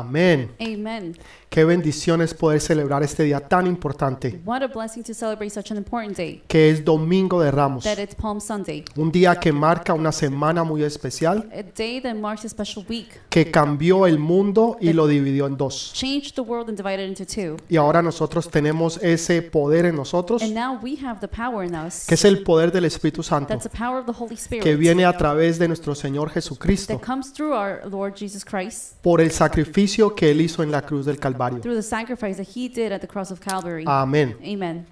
Amén. Amen. Qué bendición es poder celebrar este día tan importante What a blessing to celebrate such an important day que es Domingo de Ramos. that it's Palm Sunday, Un día que marca una semana muy especial a day that marks a special week, que cambió el mundo y lo dividió en dos. changed the world and divided into two. Y ahora nosotros tenemos ese poder en nosotros, And now we have the power in us. que es el poder del Espíritu Santo, That's the power of the Holy Spirit que viene a través de nuestro Señor Jesucristo that comes through our Lord Jesus Christ por el sacrificio que Él hizo en la cruz del Calvario. through the sacrifice that he did at the cross of Calvary. Amén. Amen.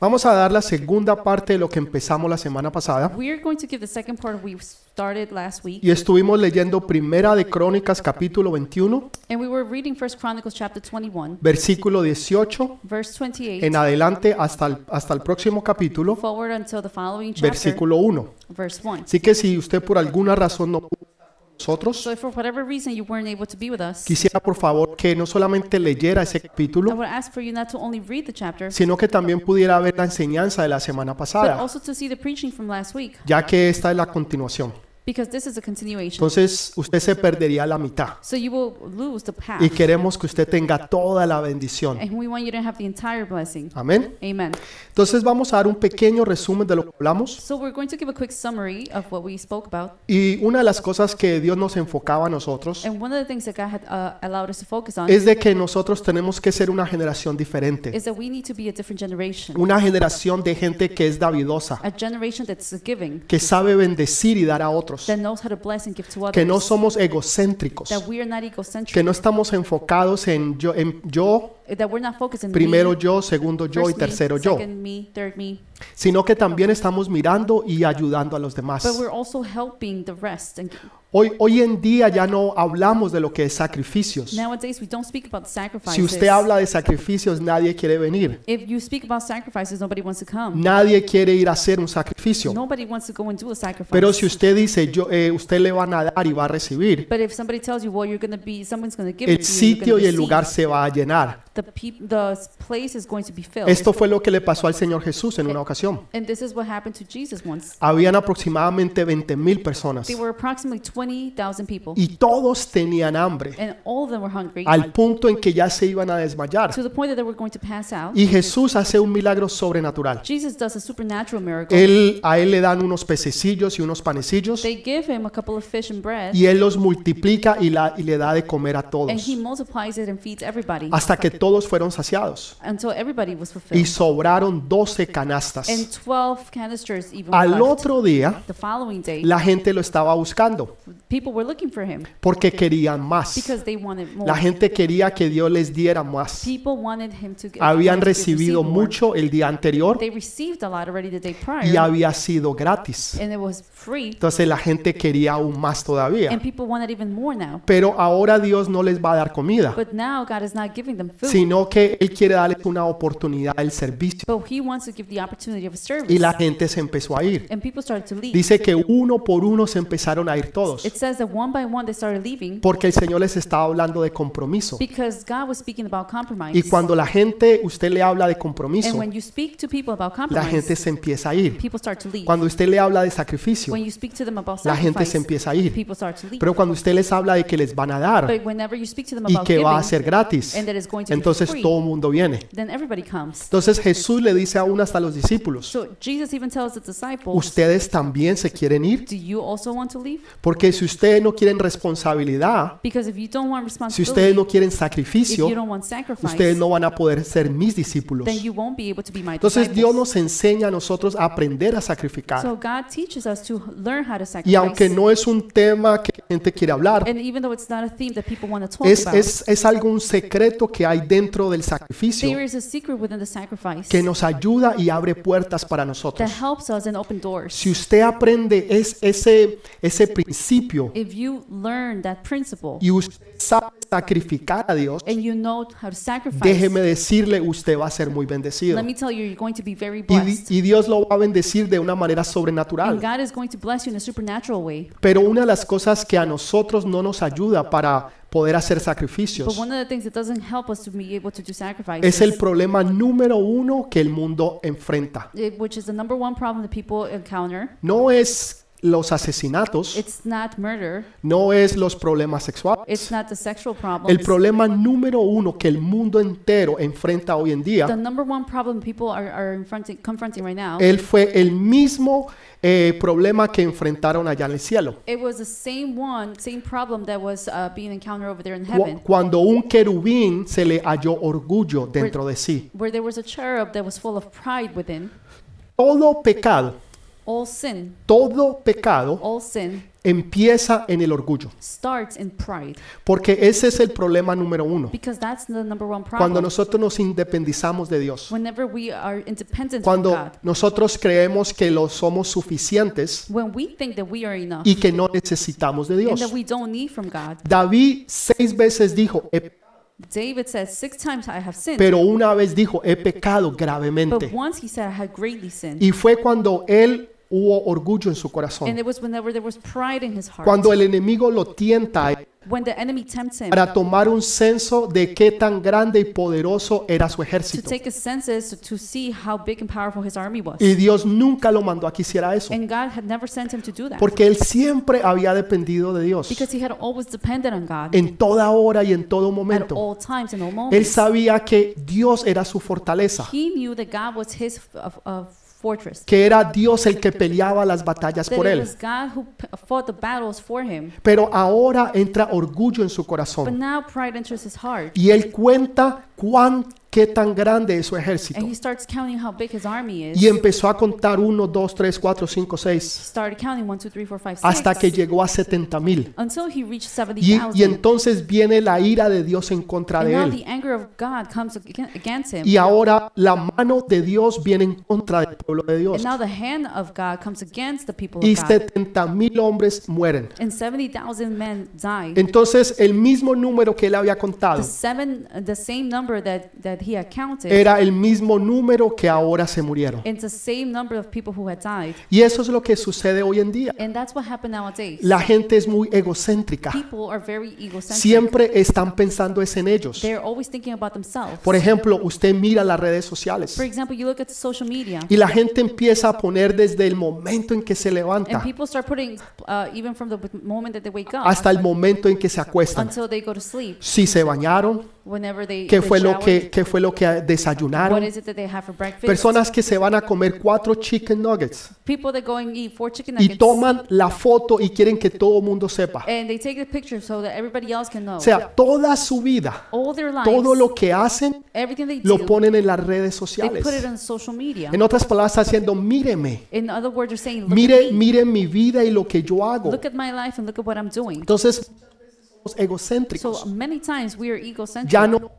Vamos a dar la segunda parte de lo que empezamos la semana pasada We're going to give the second part we started last week y estuvimos leyendo Primera de Crónicas capítulo 21, and we were reading First Chronicles chapter 21, versículo 18 verse 28 en adelante hasta el, hasta el próximo capítulo, forward until the following chapter, versículo 1. verse 1. Así que si usted por alguna razón no pudo estar con nosotros, So if for whatever reason you weren't able to be with us, quisiera por favor que no solamente leyera ese I capítulo, would ask for you not to only read the chapter, sino que también pudiera ver la enseñanza de la semana but pasada, also to see the preaching from last week, ya que esta es la continuación. because this is a continuation. Entonces usted se perdería la mitad So you will lose the y path, queremos que usted tenga toda la bendición. and we want you to have the entire blessing. Amén. Amen. Entonces vamos a dar un pequeño resumen de lo que hablamos So we're going to give a quick summary of what we spoke about, y una de las cosas que Dios nos enfocaba a nosotros and one of the things that God had uh, allowed us to focus on es de que nosotros tenemos que ser una generación diferente, is that we need to be a different generation, una generación de gente que es davidosa, a generation that's giving, que sabe bendecir y dar a otros, that knows how to bless and give to que no others, somos egocéntricos, that we are not que egocentric, eh, no estamos enfocados en yo, en yo, that we're not focusing primero me, yo, segundo yo y first me, tercero yo, second me, third me, sino que también estamos mirando y ayudando a los but demás. we're also helping the rest. And Hoy, hoy en día ya no hablamos de lo que es sacrificios. nowadays we don't speak about Si sacrifices. usted habla de sacrificios, nadie quiere venir. if you speak about sacrifices, nobody wants to come. Nadie quiere ir a hacer un sacrificio. Nobody wants to go and do a sacrifice. Pero si usted dice, yo, eh, usted le van a dar y va a recibir, but if somebody tells you, well, you're going to be, someone's going to give el it to you, you're sitio gonna y el receive, lugar se va a llenar. the, peop- the s- place is going to be filled. Esto fue lo que le pasó al Señor Jesús en una ocasión. and this is what happened to Jesus once. Habían aproximadamente 20 mil personas There were approximately 20,000 people, y todos tenían hambre and all of them were hungry al punto en que ya se iban a desmayar. to the point that they were going to pass out. Y Jesús hace un milagro sobrenatural. Jesus does a supernatural miracle. Él, a él le dan unos pececillos y unos panecillos they give him a couple of fish and bread, y él los multiplica y, la- y le da de comer a and todos. he multiplies it and feeds everybody hasta que todos fueron saciados until everybody was fulfilled. y sobraron 12 canastas. and 12 canisters even were Al left. otro día, the following day la gente lo estaba buscando people were looking for him porque querían más. because they wanted more La gente quería que Dios les diera más. people wanted him to get Habían to receive recibido more. mucho el día anterior they received a lot already the day prior y había sido gratis. and it was free Entonces la gente quería aún más todavía. and people wanted even more now Pero ahora Dios no les va a dar comida, but now God is not giving them food sino que Él quiere darles una oportunidad del servicio. but he wants to give the opportunity of a service Y la gente se empezó a ir. and people started to leave Dice que uno por uno se empezaron a ir todos. it says that one by one they started leaving porque el Señor les estaba hablando de compromiso. because God was speaking about compromise Y cuando la gente, usted le habla de and compromiso, when you speak to people about la compromise gente se empieza a ir. people start to leave Cuando usted le habla de sacrificio, when you speak to them about la gente se sacrifice empieza a ir. people start to leave Pero cuando usted les habla de que les van a dar But whenever you speak to them y about que giving, va a ser gratis, and that it's going to entonces be free, todo el mundo viene. then everybody comes. Entonces Jesús le dice aún hasta a los discípulos, So Jesus even tells the disciples, ustedes también se quieren ir, "Do you also want to leave? porque si ustedes no quieren responsabilidad, Because if you don't want si ustedes responsibility, no quieren if you sacrificio, don't want sacrifice, ustedes no van a poder ser mis discípulos. then you won't be able to be my Entonces Dios disciples." nos enseña a nosotros a aprender a sacrificar. So God teaches us to learn how to sacrifice. Y aunque no es un tema que la gente quiere hablar, and even though it's not a theme that people want to talk es, about, es, es algo, un secreto que hay dentro del there sacrificio is a secret within the sacrifice que nos ayuda y abre puertas para that nosotros. helps us and open doors. Si usted aprende es, ese, ese principio if you learn that principle y usted sabe sacrificar a Dios, and you know how to sacrifice, déjeme decirle, usted va a ser muy bendecido. let me tell you, you're going to be very Y, di- blessed. y Dios lo va a bendecir de una manera And sobrenatural. God is going to bless you in a supernatural way. Pero una de las cosas que a nosotros no nos ayuda para poder hacer But sacrificios one of the things that doesn't help us to be able to do sacrifices, es el problema número uno que el mundo enfrenta. eh, which is the number one problem that people encounter, No es los asesinatos, It's not murder. no es los problemas sexuales. It's not the sexual problem. El problema número uno que el mundo entero enfrenta hoy en the día, number one problem people are, are confronting, confronting right now. él fue el mismo eh, problema que enfrentaron allá en el cielo. it was the same one, same problem that was uh, being encountered over there in Cu- heaven, Cuando un querubín se le halló orgullo dentro de sí. where there was a cherub that was full of pride within. Todo pecado, All sin, todo pecado all sin empieza en el orgullo, starts in pride porque ese es el problema número uno. because that's the number one Cuando problem. nosotros nos independizamos de Dios, Whenever we are independent of cuando God, nosotros creemos que lo somos suficientes when we think that we are enough y que no necesitamos de and Dios. that we don't need from God, David seis veces dijo, "He pecado", David says, Six times I have sinned. pero una vez dijo, he pecado But gravemente. once he said, I had greatly sinned. Y fue cuando él hubo orgullo en su corazón. And it was whenever there was pride in his heart. Cuando el enemigo lo tienta a él when the enemy tempts him para tomar un censo de qué tan grande y poderoso era su to ejército. take a census to, to see how big and powerful his army was. Y Dios nunca lo mandó a que hiciera eso, And God had never sent him to do that porque él siempre había dependido de Dios because he had always depended on God en toda hora y en todo at momento. all times and all Él moments. sabía que Dios era su fortaleza, He knew that God was his uh, uh, fortress. que era Dios el que peleaba las batallas That por it él. was God who p- fought the battles for him. Pero ahora entra orgullo en su But corazón now pride enters his heart. y él cuenta cuán qué tan grande es su And ejército. he starts counting how big his army is. Y empezó a contar 1, 2, 3, 4, 5, 6, Started counting one, two, three, four, five, six. hasta que llegó a 70 mil. until he Y, reached 70,000. y entonces viene la ira de Dios en contra And de now él. the anger of God comes ag- against him. Y ahora la mano de Dios viene en contra del pueblo de Dios. And now the hand of God comes against the people Y of God. 70 mil hombres mueren. And 70,000 men die. Entonces el mismo número que él había contado The seven, the same number that, that he had counted, era el mismo número que ahora se murieron. it's the same number of people who had died. Y eso es lo que sucede hoy en día. And that's what happened nowadays. La gente es muy egocéntrica. People are very egocentric. Siempre están pensando es en ellos. They're always thinking about themselves. Por ejemplo, usted mira las redes sociales For example, you look at social media, y la gente empieza a poner desde el momento en que se and levanta people start putting, uh, even from the moment that they wake up hasta el momento en que se acuestan. until they go to sleep, Si se bañaron, whenever they qué they fue lo shower, que qué fue lo que what desayunaron. is it that they have for breakfast, Personas que se van a comer cuatro chicken nuggets people that go and eat four chicken y nuggets toman la foto y quieren que todo el mundo sepa. and they take the picture so that everybody else can know. O sea, toda su vida, All their lives, todo lo que hacen everything they do, lo ponen en las redes they put it sociales. on social media. En otras palabras, está haciendo, míreme, In other words, they're saying, look, mire, at me, mire mi vida y lo que yo hago. look at my life and look at what I'm doing. Entonces, somos So egocéntricos. many times we are egocentric. Ya no tenemos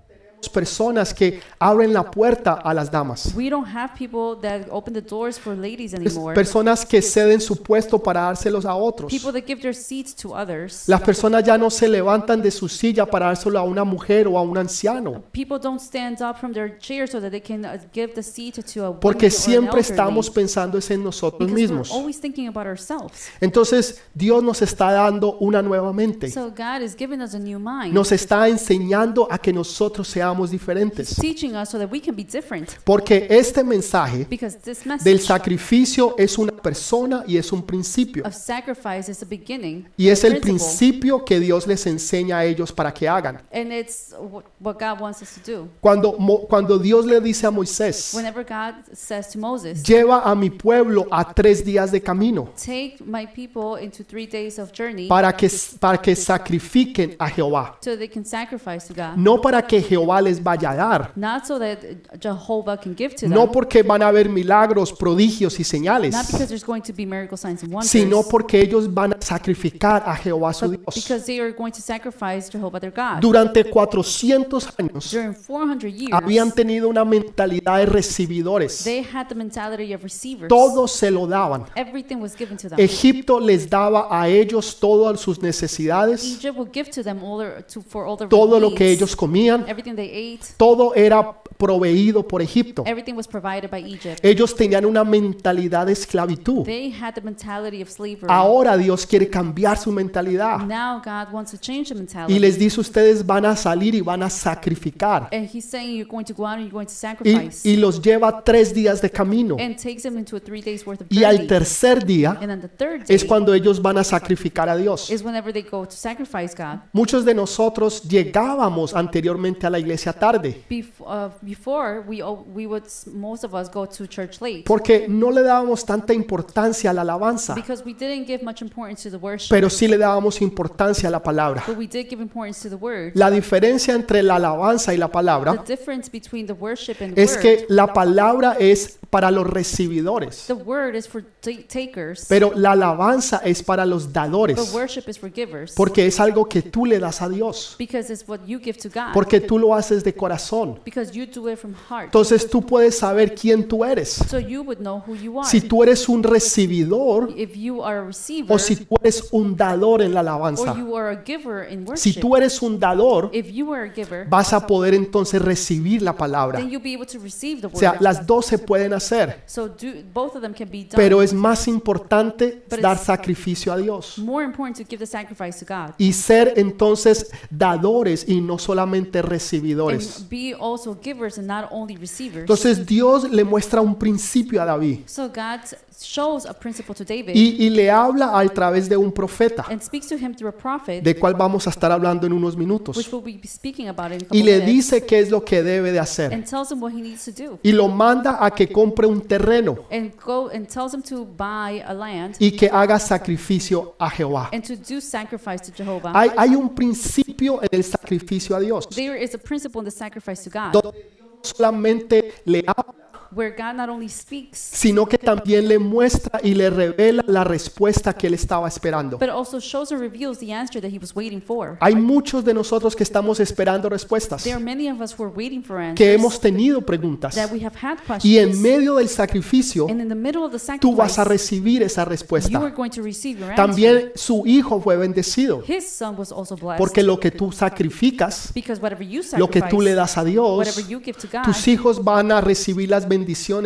personas que abren la puerta a las damas. we don't have people that open the doors for ladies Es- anymore. Personas que ceden su puesto para dárselos a otros. people that give their seats to others. Las personas ya no se levantan de su silla para dárselo a una mujer o a un anciano. People don't stand up from their chair so that they can uh, give the seat to a woman or Porque an siempre elderly, estamos pensando es en nosotros because mismos. We're always thinking about ourselves. Entonces, Dios nos está dando una nueva mente. So God is giving us a new mind, Nos está enseñando a que nosotros seamos diferentes. teaching us so that we can be different. Porque este mensaje Because this del message sacrificio es una persona y es un principio. of sacrifice is the beginning, Y es el principle, principio que Dios les enseña a ellos para que hagan. and it's wh- what God wants us to do. Cuando, Mo- cuando Dios le dice a Moisés, Whenever God says to Moses, lleva a mi pueblo a tres días de camino "Take my people into three days of journey, para que, para que sacrifiquen a Jehová. so they can sacrifice to God, No para que Jehová les vaya a dar. not so that Jehovah can give to them, No porque van a haber milagros, prodigios y señales, not because there's going to be miracle signs and wonders, sino porque ellos van a sacrificar a Jehová su but Dios. because they are going to sacrifice Jehovah their God." Durante 400 años During 400 years, habían tenido una mentalidad de recibidores. they had the mentality of receivers. Todos se lo daban. Everything was given to them. Egipto les daba a ellos todas sus necesidades, Egypt would give to them all their, to, for all their todo lo needs. em que ellos comían, everything they ate. todo era proveído por Egipto. Everything was provided by Egypt. Ellos tenían una mentalidad de esclavitud. They had the mentality of slavery. Ahora Dios quiere cambiar su mentalidad Now God wants to change the y mentality. les dice ustedes van a salir y van a sacrificar. And he's saying you're going to go out and you're going to Y, sacrifice. y los lleva tres días de camino. and takes them into a three days worth of Y al journey. tercer día And then the third day es cuando ellos van a sacrificar a Dios. is whenever they go to sacrifice God. Muchos de nosotros llegábamos anteriormente a la iglesia tarde Bef- uh, before we all, we would s- most of us go to church late porque no le dábamos tanta importancia a la alabanza, because we didn't give much importance to the worship, pero sí le dábamos importancia a la palabra. but we did give importance to the word. La diferencia entre la alabanza y la The palabra difference between the worship and the es word, que la palabra es para los recibidores, the word is for ta- takers, pero la alabanza es para los but dadores, worship is for givers porque es algo que tú le das a Dios, because it's what you give to God, porque tú lo haces de corazón. because you do it from heart. Entonces tú puedes saber quién tú eres. so you would know who you are. Si tú eres un recibidor if you are a receiver o si tú eres un dador en la or alabanza. you are a giver in worship, Si tú eres un dador, if you are a giver, vas a poder entonces recibir la palabra. then you'll be able to receive the word. O sea, las dos se pueden hacer, so do, both of them can be done. pero es más importante dar sacrificio a Dios more important to give the sacrifice to God y ser entonces dadores y no solamente recibidores. and be also givers and not only receivers. Entonces Dios le muestra un principio a David so God shows a principle to David y, y le habla a través de un profeta, and speaks to him through a prophet, de cual vamos a estar hablando en unos which minutos, we'll be speaking about in a couple y le minutes, dice qué es lo que debe de hacer and tells him what he needs to do y lo manda a que compre un terreno and go and tells him to buy a land y que haga sacrificio a Jehová. and to do sacrifice to Jehovah. Hay, hay un principio en el sacrificio a Dios, there is a principle in the sacrifice to God donde Dios no solamente le habla, where God not only speaks sino que también le muestra y le revela la respuesta que él estaba esperando. but also shows and reveals the answer that he was waiting for. Hay muchos de nosotros que estamos esperando respuestas, There are many of us who are waiting for que answers hemos tenido preguntas, that we have had questions. y en medio del sacrificio And in the middle of the tú vas a sacrifice, recibir esa you are respuesta. going to receive your answer. También su hijo fue bendecido, His son was also blessed. porque lo que tú sacrificas, Because whatever you lo que tú le sacrifice, das a Dios, whatever you give to God, tus hijos van a recibir las bendiciones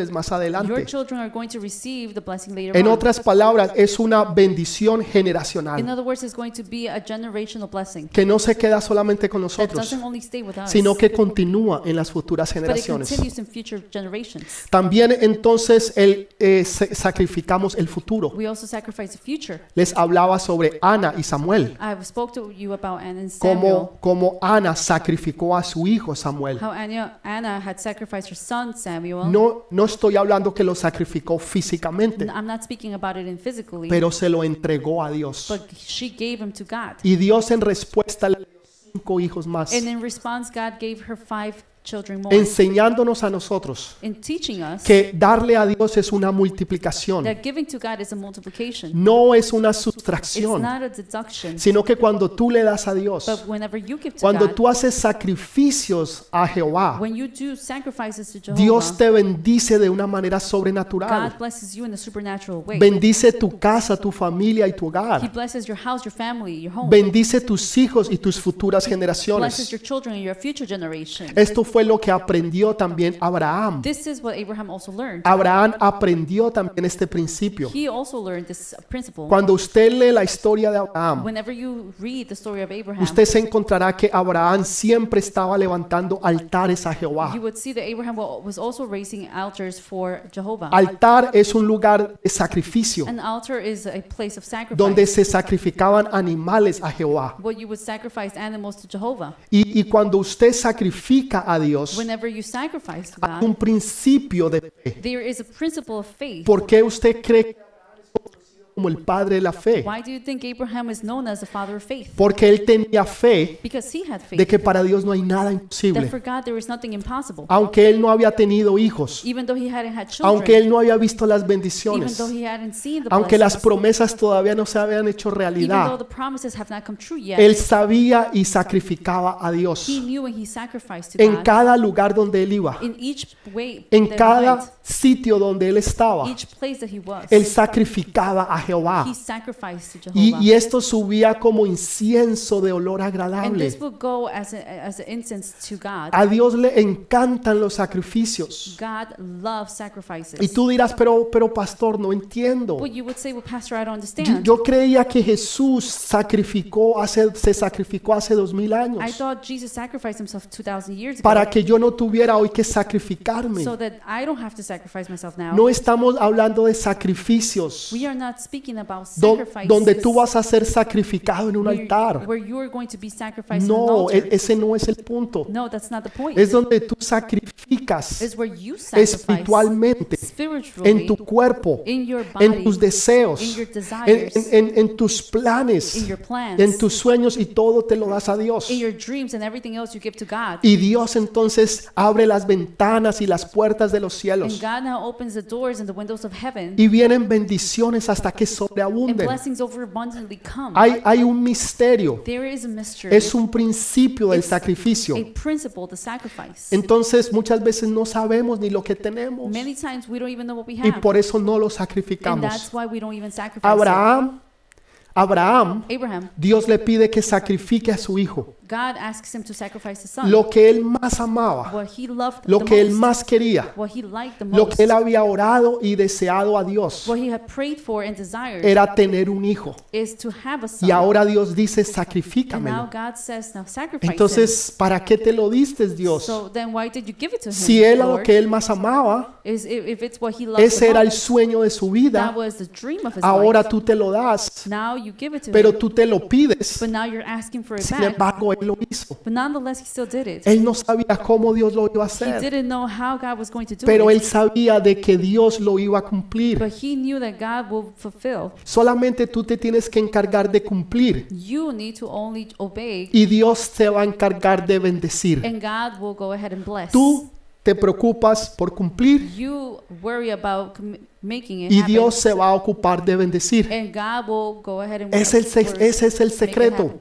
más Ah, your adelante. children are going to receive the blessing later En on. otras palabras, es una bendición In generacional other words, it's going to be a generational blessing que no se queda solamente con that nosotros, doesn't only stay with us, sino que continúa en las futuras but it generaciones. continues in future generations. También entonces el, eh, se- sacrificamos el futuro. We also sacrifice the future. Les hablaba sobre Ana y Samuel, I spoke to you about Anna and Ah, Samuel, Ah, cómo, cómo Ana sacrificó a su hijo Samuel. how Anna, Anna had sacrificed her son Samuel. No, no estoy hablando que lo sacrificó físicamente, I'm not speaking about it in physically, pero se lo entregó a Dios. but she gave him to God. Y Dios en respuesta le dio cinco hijos más, And in response, God gave her five children more. enseñándonos a nosotros in teaching us que darle a Dios es una multiplicación, that giving to God is a multiplication. no es una It's sustracción, not a deduction. sino que cuando tú le das a Dios, But whenever you give to cuando God, tú haces sacrificios a Jehová, when you do sacrifices to Jehovah, Dios te bendice de una manera God sobrenatural. blesses you in a supernatural way. Bendice tu casa, tu familia y tu he hogar. blesses your house, your family, your home. Bendice tus hijos y tus futuras blesses generaciones. your children and your future generation. Esto fue lo que aprendió también Abraham. This is what Abraham also learned. Abraham aprendió también este principio. He also learned this principle. Cuando usted lee la historia de Abraham, Whenever you read the story of Abraham, usted se encontrará que Abraham siempre estaba levantando altares a you Jehová. would see that Abraham wa- was also raising altars for Jehovah. Altar es un lugar de sacrificio An altar is a place of sacrifice. donde se sacrificaban animales a Jehová. what you would sacrifice animals to Jehovah. Y, y cuando usted sacrifica a Dios, Whenever you sacrifice to hay God, un principio de fe. there is a principle of faith. ¿Por qué usted cree que Abraham es conocido como el padre de la fe? Why do you think Abraham is known as the father of faith? Porque él tenía fe Because he had de faith. que para Dios no hay nada That imposible. for God there is nothing impossible. Aunque él no había tenido hijos, Even though he hadn't had aunque children, él no había visto las even bendiciones, though he hadn't seen the aunque las blessings, promesas todavía no se habían hecho even though realidad, the promises have not come true él yet, sabía y sacrificaba a he Dios knew and he sacrificed to en God cada lugar donde él iba, in each way en that he cada sitio donde él estaba, went, each place that he was. él sacrificaba a Jehová. He sacrificed to Y, Jehovah. y esto subía como incienso de olor and agradable. this will go as, a, as an incense to God. A Dios le encantan los sacrificios. God loves sacrifices. Y tú dirás, pero, pero pastor, no entiendo. Well, you would say, well, Pastor, I don't Yo, understand. yo creía que Jesús sacrificó hace, se sacrificó hace dos mil I años thought Jesus sacrificed himself 2,000 years ago para que yo no tuviera hoy que sacrificarme. so that I don't have to sacrifice myself now. No estamos hablando de sacrificios we are not speaking about do- sacrifices donde tú vas a ser sacrificado en un where, altar. where you are going to be sacrificed on an No, altar. e- ese no es el punto. no, that's not the point. Es donde tú sacrificas It's where you sacrifice espiritualmente spiritually en tu cuerpo, in your body, en tus deseos, in your en, desires, en- en- en tus in planes, your plans, en tus sueños y todo te lo das a Dios. in your dreams and everything else you give to God. Y Dios entonces abre las ventanas y las puertas de los And cielos God now opens the doors and the windows of heaven y vienen bendiciones hasta que and sobreabunden. blessings overabundantly come. Hay, hay un misterio, there is a mystery. es un principio del sacrificio. a principle, the sacrifice. Entonces muchas veces no sabemos ni lo que tenemos Many times we don't even know what we y have. por eso no lo and sacrificamos. that's why we don't even sacrifice. it. Abraham, Abraham, Abraham, Dios le pide que sacrifique a su hijo, God asks him to sacrifice his son. lo que él más amaba, what he loved lo the que él most, más quería, what he liked the lo most, que él había orado y deseado a Dios, what he had prayed for and desired era tener un hijo. is to have a son. Y ahora Dios dice, and now sacrifícamelo. God says, now sacrifice him. Entonces, ¿para qué te lo diste, Dios? So then why did you give it to him? Si él era lo Lord? que él más amaba, Is- if if it's what he loved ese the era el most, sueño de su that vida, was the dream of his ahora life. tú te lo das, Now you give it to pero him, tú te lo pides. but now you're asking for it Sin back. embargo, él lo hizo. But nonetheless, he still did it. Él no sabía cómo Dios lo iba a He hacer, didn't know how God was going to do pero it, Pues él sabía de que Dios lo iba a cumplir. but he knew that God will fulfill. Solamente tú te tienes que encargar de cumplir You need to only obey, y Dios te va a encargar de bendecir. and God will go ahead and bless. Tú te preocupas por cumplir you worry about com- making it y happen, Dios se va a ocupar de bendecir. and God will go ahead and Es el work se- for- ese es el make it secreto, happen.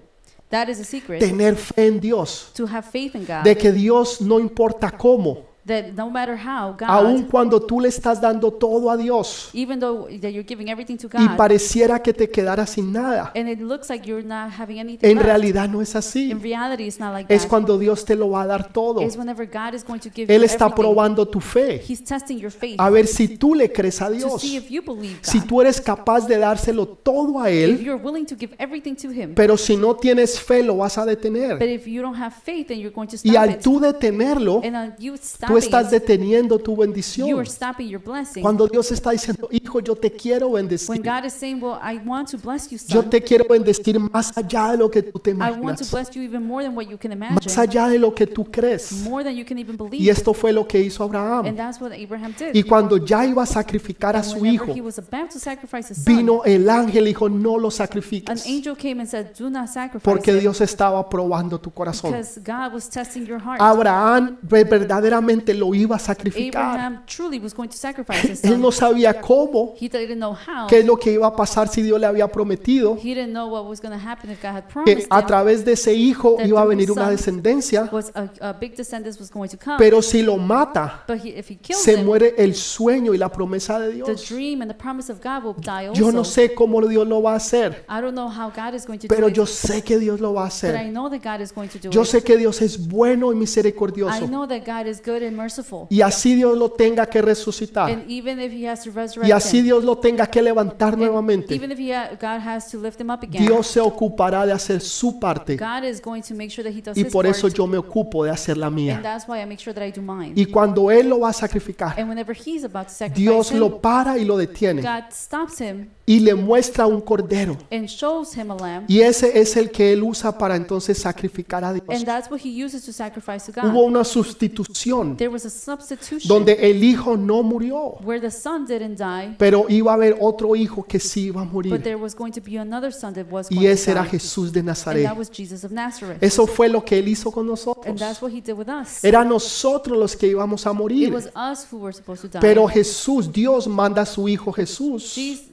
That is a secret. tener fe en Dios, to have faith in God. de que Dios no importa cómo, that no matter how, God, aun cuando tú le estás dando todo a Dios even though that you're giving everything to y God, pareciera que te quedara sin nada, and it looks like you're not having anything en left, realidad no es in así. reality, it's not like Es that. cuando Dios te lo va a dar todo. It's whenever God is going to give Él you está everything. probando tu fe, He's testing your faith a ver si tú le crees a to Dios, see if you believe God. si tú eres capaz de dárselo todo a if Él, you're willing to give everything to Him, pero si no tienes fe lo vas a detener. but if you don't have faith, then you're going to stop Y al it. tú detenerlo, and on you tú stopping, estás it, deteniendo tu you are bendición. stopping your blessing. Cuando Dios está diciendo, hijo, yo te quiero when bendecir. God is saying, "Well, I want to bless you, Yo son. te quiero bendecir más allá de lo que tú te I want to imaginas. bless you even more than what you can Más imagine, allá de lo que tú crees. more than you can even believe." Y esto fue lo que hizo and Abraham. that's what Abraham did. Y cuando ya iba a sacrificar a And su whenever hijo, he was about to sacrifice his son, vino el ángel y dijo, no lo an sacrifiques. angel came and said, "Do not sacrifice Porque him, Dios estaba probando tu corazón. because God was testing your heart." Abraham ve- verdaderamente lo iba a sacrificar. Abraham truly was going to sacrifice his Él son. no sabía cómo, He didn't know how. qué es lo que iba a pasar si Dios le había prometido. He didn't know what was going to happen if God had que promised a him través de ese hijo iba a venir una descendencia, was a, a big descendant was going to come. pero si lo mata, but he, if he kills se him, muere el sueño y la promesa de the Dios. dream and the promise of God will die also. Yo no sé cómo Dios lo va a hacer, I don't know how God is going to pero do yo it, sé que Dios lo va a but I hacer. know that God is going to do Yo it. sé que Dios es bueno y I misericordioso. know that God is good and merciful. Y así Dios lo tenga que resucitar. And even if he has to resurrect Y así him, Dios lo tenga que levantar nuevamente. even if he ha- God has to lift him up again, Dios se ocupará de hacer su parte. God is going to make sure that he does Y his por eso part. yo me ocupo de hacer la and mía. that's why I make sure that I do mine. Y cuando Él lo va a sacrificar, and whenever he's about to sacrifice Dios him, lo para y lo detiene. God stops him y le muestra un cordero. and shows him a lamb, Y ese es el que él usa para entonces sacrificar a Dios. and that's what he uses to sacrifice to Hubo God. una sustitución There was a substitution donde el hijo no murió, where the son didn't die, pero iba a haber otro hijo que sí iba a but morir. there was going to be another son that was going Y ese to era die, Jesús de and Nazaret. that was Jesus of Nazareth. Eso fue lo que él hizo con and nosotros. that's what he did with us. Era nosotros los que íbamos a it morir. was us who were supposed to die. Pero Jesús, Dios manda a su hijo Jesús Jesus,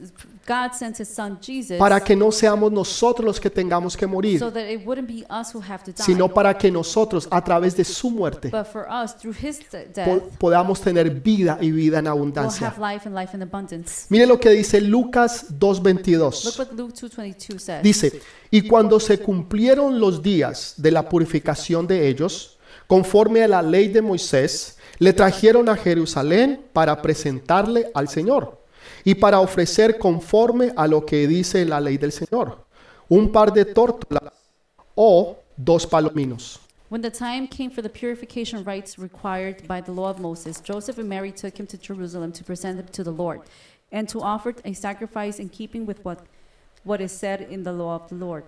God sent his son Jesus para que no seamos nosotros los que tengamos que morir, so that it wouldn't be us who have to die, sino para que nosotros, a través de su muerte, but for us through his de- po- death podamos tener vida y vida en we'll abundancia. have life and life in abundance. Mire lo que dice Lucas Look 2.22. what Luke 2:22 says. Dice, y cuando se cumplieron los días de la purificación de ellos, conforme a la ley de Moisés, le trajeron a Jerusalén para presentarle al Señor y para ofrecer conforme a lo que dice la ley del Señor, un par de tórtolas o dos palominos. When the time came for the purification rites required by the law of Moses, Joseph and Mary took him to Jerusalem to present him to the Lord and to offer a sacrifice in keeping with what, what is said in the law of the Lord.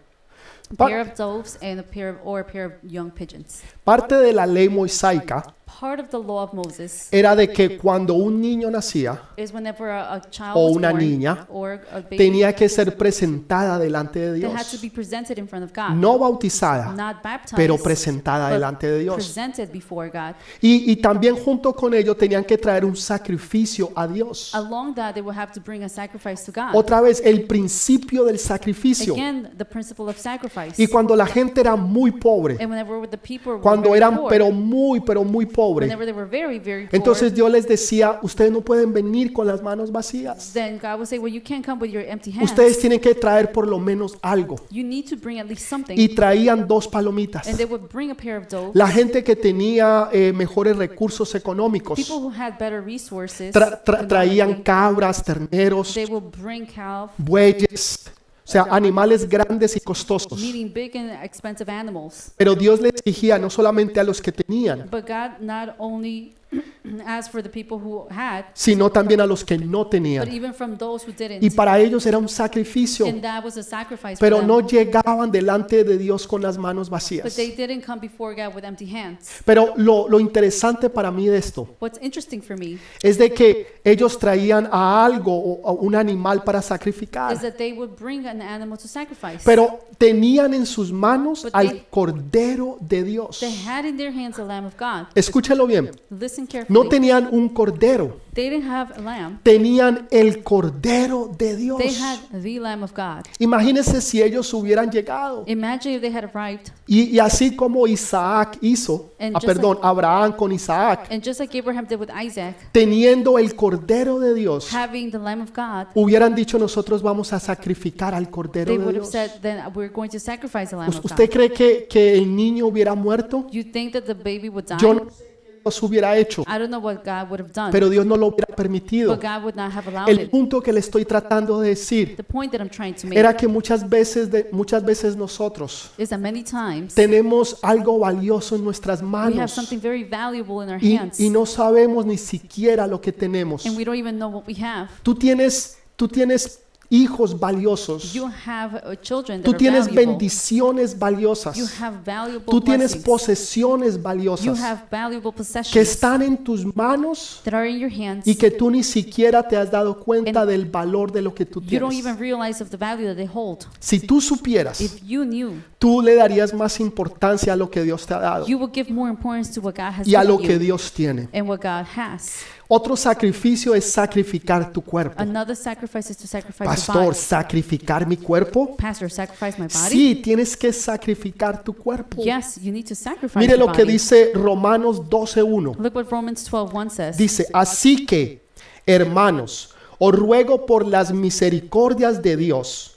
A Pa- pair of doves and a pair of, or a pair of young pigeons. Parte de la ley mosaica Part of the law of Moses era de que cuando un niño nacía, is whenever a, a child O was una born, niña, or a baby, tenía que ser presentada delante de they had to be Dios, presented in front of God, no bautizada, not baptized, pero presentada but delante de Dios. presented before God. Y, y también junto con ello tenían que traer un sacrificio a Dios. Along that, they will have to bring a sacrifice to God. Otra vez, el principio del sacrificio. Again, the principle of sacrifice. Y cuando la gente era muy pobre, And whenever the people were cuando very eran Em, poor, pero muy, pero muy pobre, whenever they were very, very poor, entonces Dios les decía, ustedes no pueden venir con las manos vacías. then God would say, well, you can't come with your empty hands. Ustedes tienen que traer por lo menos algo. you need to bring at least something. Y traían dos palomitas. and they would bring a pair of doves. La gente que tenía eh, mejores recursos People económicos who had better resources tra- tra- traían economically, cabras, terneros, they will bring calf, bueyes, o sea, animales grandes y costosos. meaning big and expensive animals. Pero Dios le exigía no solamente a los que tenían, But God not only asked for the people who had, sino también a los que no but tenían. even from those who didn't. Y para ellos era un sacrificio, and that was a sacrifice for pero them. no llegaban delante de Dios con las manos But vacías. they didn't come before God with empty hands. Pero lo, lo interesante para mí de esto What's interesting for me es de que ellos traían a algo o a un animal para is sacrificar, that they would bring an animal to sacrifice. pero tenían en sus manos al Cordero de Dios. they had in their hands a lamb of God. Escúchelo bien, Listen carefully. no tenían un cordero, they didn't have a lamb. tenían el Cordero de Dios. They had the lamb of God. Imagínense si ellos hubieran llegado Imagine if they had arrived y, y así como Isaac hizo, And ah, just perdón, Abraham con Isaac, and just like Abraham did with Isaac, teniendo el Cordero de Dios, having the lamb of God, hubieran dicho nosotros vamos a sacrificar al they Cordero de would have Dios. said, "Then we're going to sacrifice the lamb ¿Us- of ¿Usted God." cree que, que el niño hubiera muerto? You think that the baby would die? Yo no sé qué Dios hubiera hecho, I don't know what God would have done, pero Dios no lo hubiera permitido. Ah, but God would not have allowed El it. punto que le estoy tratando de decir The point that I'm trying to make era que muchas veces, de, muchas veces nosotros is that many times tenemos algo valioso en nuestras we have manos something very valuable in our y, hands, y no sabemos ni siquiera lo que tenemos. and we don't even know what we have. Tú tienes, tú tienes hijos valiosos. You have uh, children that Tú are tienes valuable. bendiciones You valiosas. have valuable Tú tienes blessings. posesiones You valiosas have valuable possessions que están en tus manos that are in your hands. y que tú ni siquiera te has dado cuenta del valor de lo que tú you don't even tienes. realize of the value that they hold. Si tú supieras, If you knew, tú le darías más importancia a lo que Dios te ha dado you would give more importance to what God has y a lo given que you Dios tiene. and what God has. Otro sacrificio es sacrificar tu cuerpo. Another sacrifice is to sacrifice your Pastor, body. ¿sacrificar mi cuerpo? Pastor, sacrifice my body. Sí, tienes que sacrificar tu cuerpo. Yes, you need to sacrifice Mire your lo que body. dice Romanos 12.1. Look what Romans 12:1 says. Dice, así que, hermanos, os ruego por las misericordias de Dios,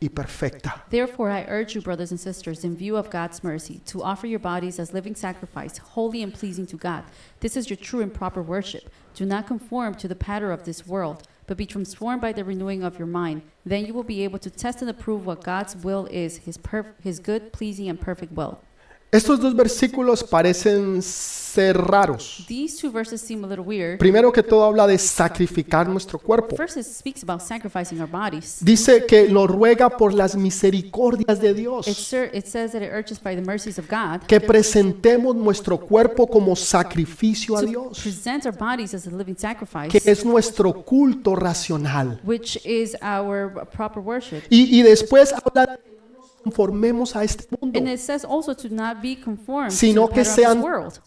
y perfecta. Therefore, I urge you, brothers and sisters, in view of God's mercy, to offer your bodies as living sacrifice, holy and pleasing to God. This is your true and proper worship. Do not conform to the pattern of this world, but be transformed by the renewing of your mind. Then you will be able to test and approve what God's will is, his, perf- his good, pleasing, and perfect will. Estos dos versículos parecen ser raros. These two verses seem a little weird. Primero que todo habla de sacrificar nuestro cuerpo. First, it speaks about sacrificing our bodies. Dice que lo ruega por las misericordias de It, Dios. ser, it says that it urges by the mercies of God Que presentemos nuestro cuerpo como sacrificio a to Dios. present our bodies as a living sacrifice, Que es nuestro culto racional. which is our proper worship. Y, y después habla de que no nos conformemos a este mundo. And it says also to not be conformed Sino to the que pattern of sean- this world,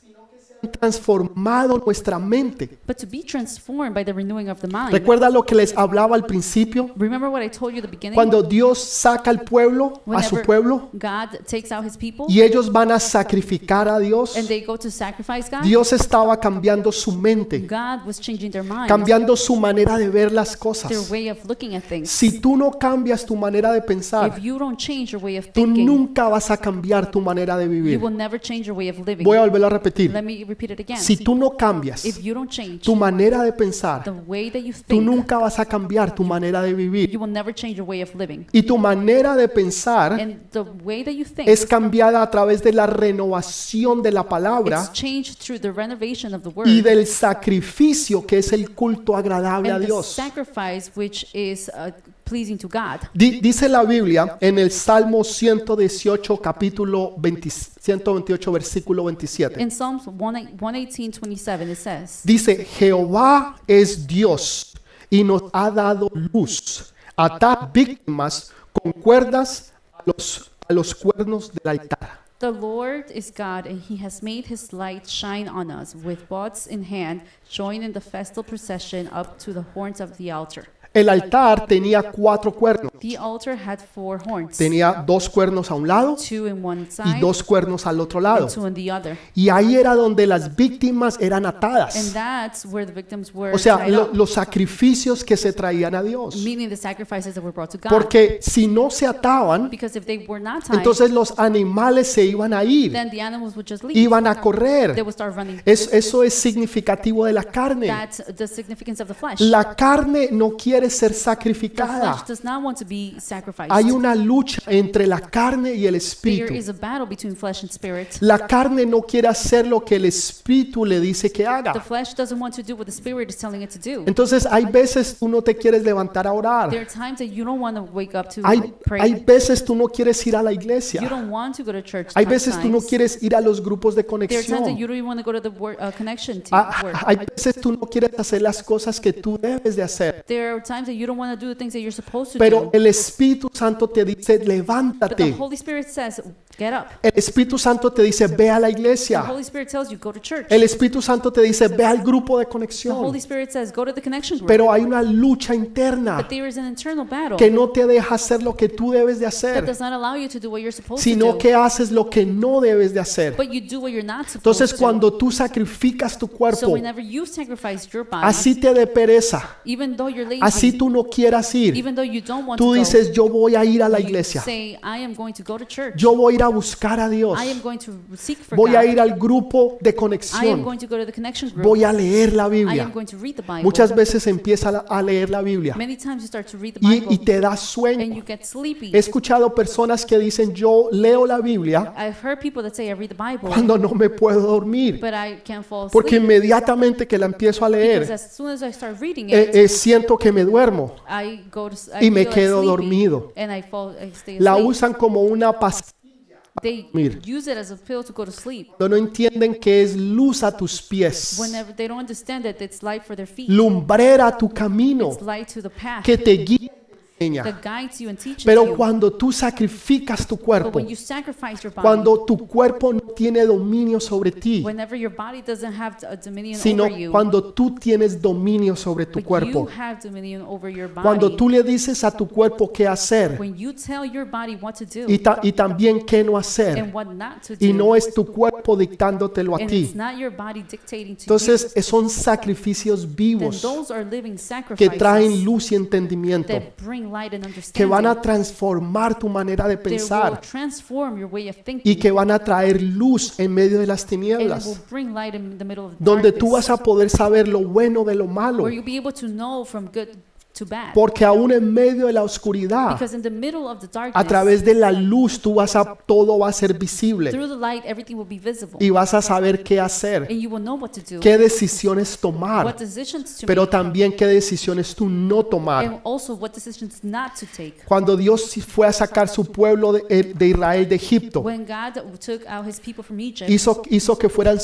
Transformado nuestra mente. but to be transformed by the renewing of the mind. ¿Recuerda lo que les hablaba al principio? Remember what I told you at the beginning? Cuando Dios saca al pueblo, a su Whenever pueblo, God takes out his people y ellos van a sacrificar a Dios, and they go to sacrifice God, Dios estaba cambiando su mente, God was changing their mind, cambiando su manera de ver las their cosas. way of looking at things. Si tú no cambias tu manera de pensar, If you don't change your way of tú thinking, nunca vas a cambiar tu manera de you vivir. will never change your way of living. Voy a volverlo a repetir. Let me repeat it again. Si tú no cambias if you don't change tu manera de pensar, the way that you think, tú nunca vas a cambiar tu manera de vivir. you will never change your way of living. Y tu manera de pensar And the way that you think es cambiada a través de la renovación de la it's palabra changed through the renovation of the word y del sacrificio que es el culto agradable a and the Dios. sacrifice which is uh, pleasing to God. Di- dice la Biblia en el Salmo 118, capítulo 20 128, versículo 27. In Psalms 118, 27, it says, Dice, Jehová es Dios y nos ha dado luz. Atar víctimas con cuerdas a los, a los cuernos del altar. The Lord is God, and he has made his light shine on us. With rods in hand, join in the festal procession up to the horns of the altar. El altar tenía cuatro cuernos. The altar had four horns, Tenía dos cuernos a un lado two in one y side dos cuernos al otro lado. and two in the other. Y ahí era donde las víctimas eran And atadas. that's where the victims were O sea, tied lo- up, los sacrificios que se traían a Dios. meaning the sacrifices that were brought to God. Porque si no se ataban, because if they were not tied, entonces los animales se iban a ir, then the animals would just leave. iban a They correr. would start running. Es- eso es significativo de la carne. That's the significance of the flesh. La carne no quiere ser the flesh sacrificada. does not want to be sacrificed. Hay una lucha entre la carne y el there espíritu. is a battle between flesh and spirit. La carne no quiere hacer lo que el espíritu le dice que The haga. flesh doesn't want to do what the spirit is telling it to do. Entonces hay veces tú no te quieres levantar a There orar. are times that you don't want to wake up to Hay, pray. hay veces tú no quieres ir a la you iglesia. don't want to go to church. Hay veces tú no sometimes. quieres ir a los grupos de There are times that conexión. you don't even want to go to the wor- uh, connection team work. Ah, Hay veces tú no quieres hacer las cosas que tú debes de hacer, There are times that you don't want to do the things that you're supposed to pero do. el Espíritu Santo te dice, But the levántate. Holy Spirit says, get up. El Espíritu Santo te dice, ve a la The iglesia. Holy Spirit tells you, go to church. Ah. El Espíritu Santo te dice, ve al grupo de The Holy conexión. Spirit says, go to the connection group. Pero hay una lucha interna but there is an internal battle que no te deja hacer lo que tú debes de that hacer, does not allow you to do what you're supposed sino to do. que haces lo que no debes de hacer. but you do what you're not supposed Entonces to. cuando tú sacrificas tu so cuerpo, whenever you sacrifice your body, así te dé pereza, even though you're lazy, así tú no quieras ir, even though you don't want tú to dices, yo voy a ir a go, la you iglesia. say, I am going to go to church. Yo voy a ir a buscar a Dios. I am going to seek for Voy a God. ir al grupo de I am conexión. going to go to the connection group. Voy a leer la I Biblia. am going to read the Bible. Muchas veces empieza la- a leer la Biblia Many times you start to read the Bible y, y te da and sueño. you get sleepy. He escuchado personas que dicen, yo leo la Biblia I've heard people that say I read the Bible, cuando no me puedo dormir. but I can't fall asleep Porque inmediatamente que la empiezo a because leer, as soon as I start reading eh, it, eh, siento que me duermo. I go to, s- I y me feel quedo sleepy dormido. And I fall, I stay La asleep. usan como una pastilla. they dormir. use it as a pill to go to sleep. No entienden que es luz a tus pies, Whenever they don't understand that it's light for their feet, lumbrera a tu camino, it's light to the path que te guía. y enseña. that guides you and teaches Pero you. cuando tú sacrificas tu but cuerpo, when you sacrifice your body, cuando tu cuerpo no tiene dominio sobre ti, whenever your body doesn't have a dominion sino over you, cuando tú tienes dominio sobre tu but you cuerpo, have dominion over your body, cuando tú le dices a tu cuerpo qué hacer when you tell your body what to do y, ta- y también qué no hacer, and what not to y do, no es tu cuerpo dictándotelo a and ti. it's not your body dictating to Entonces eh, son sacrificios you, then vivos those are que living sacrifices traen luz y entendimiento, that bring light and que understanding. van a transformar tu manera de They will pensar transform your way of thinking y que van a traer luz en medio de las and will tinieblas. bring light in the middle of donde darkness, tú vas a poder saber lo bueno de lo malo, where you'll be able to know from good to bad. Porque aún en medio de la oscuridad, Because in the middle of the a darkness, través de la luz, tú vas a, todo va a ser visible through the light, everything will be visible. y vas a saber qué hacer, And you will know what to do, qué decisiones tomar, what decisions to pero make, también qué decisiones tú no tomar. and also what decisions not to take. Cuando Dios fue a sacar su pueblo de, eh, de Israel de Egipto, When God took out his people from Egypt, hizo, hizo que fueran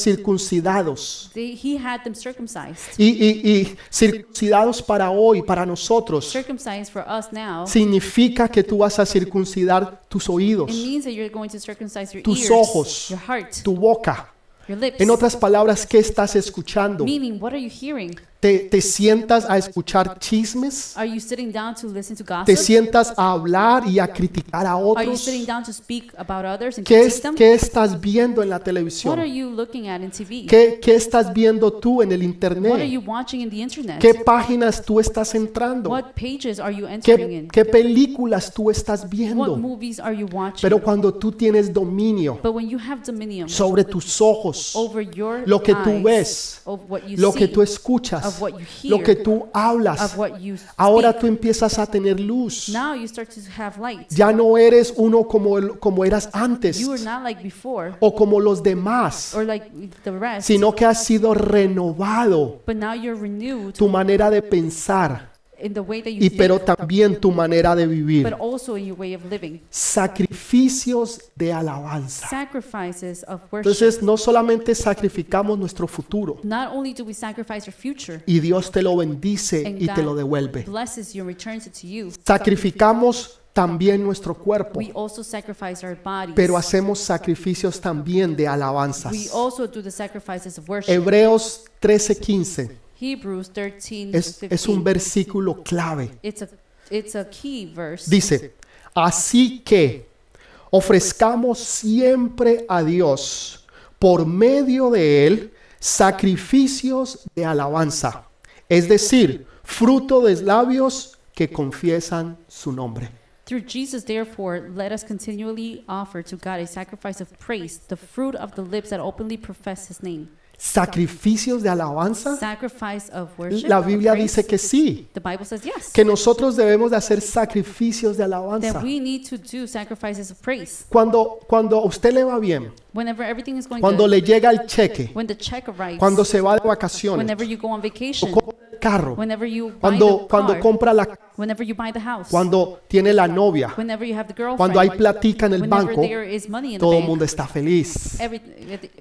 circuncidados. they, he had them circumcised. Y, y- y circuncidados para hoy, para nosotros, Circumcised for us now, significa que tú vas a circuncidar tus it oídos, means that you're going to circumcise your Tus ears, ojos. your heart, tu boca. your lips. En otras palabras, ¿qué estás escuchando? Meaning, what are you hearing? ¿Te, te sientas a escuchar chismes? Are you sitting down to listen to ¿Te gossip? sientas a hablar y a criticar a Are you otros? sitting down to speak about others and ¿Qué, es- critique them? qué estás viendo en la What are televisión? you looking at in TV? ¿Qué, qué estás viendo tú en el What are internet? you watching in the internet? ¿Qué páginas tú estás entrando? What pages are you entering ¿Qué, in? qué películas tú estás What viendo? movies are you watching? Pero cuando tú tienes dominio But when you have dominion sobre tus ojos, over your lo que tú eyes, ves, of what you lo que see, tú escuchas, of what you lo hear, que tú hablas, of what you speak, ahora tú empiezas a tener luz. now you start to have light. Ya no eres uno como, el- como eras antes You are not like before o como los demás, or like the rest, sino que has sido renovado but now you're renewed tu manera de pensar in the way that you y think, pero también tu manera de but vivir. also in your way of living. Sacrificios de alabanza. Sacrifices of worship. Entonces no solamente sacrificamos nuestro futuro not only do we sacrifice your future, y Dios te lo bendice and y te God lo devuelve. blesses you and returns it to you. Sacrificamos también nuestro cuerpo, We also sacrifice our bodies. pero hacemos sacrificios también de alabanzas. we also do the sacrifices of worship. Hebreos 13:15 Hebrews 13 to es, es un 15. versículo clave. It's a it's a key verse. Dice, así que ofrezcamos siempre a Dios por medio de Él sacrificios de alabanza, es decir, fruto de labios que confiesan su nombre. Through Jesus, therefore, let us continually offer to God a sacrifice of praise, the fruit of the lips that openly profess His name. ¿Sacrificios de alabanza? Sacrifice of worship. La of Biblia praise. dice que sí, the Bible says yes. que nosotros debemos de hacer sacrificios de that alabanza. we need to do sacrifices of praise Cuando, cuando a usted le va bien, whenever everything is going cuando good. le llega el cheque, when the check arrives. cuando se va de vacaciones, whenever you go on vacation. cuando compra el carro, whenever you buy cuando, the cuando car, compra la, whenever you buy the house. cuando tiene la novia, whenever you have the girlfriend. cuando hay platica en el whenever banco, there is money in todo the el bank. mundo está feliz. every,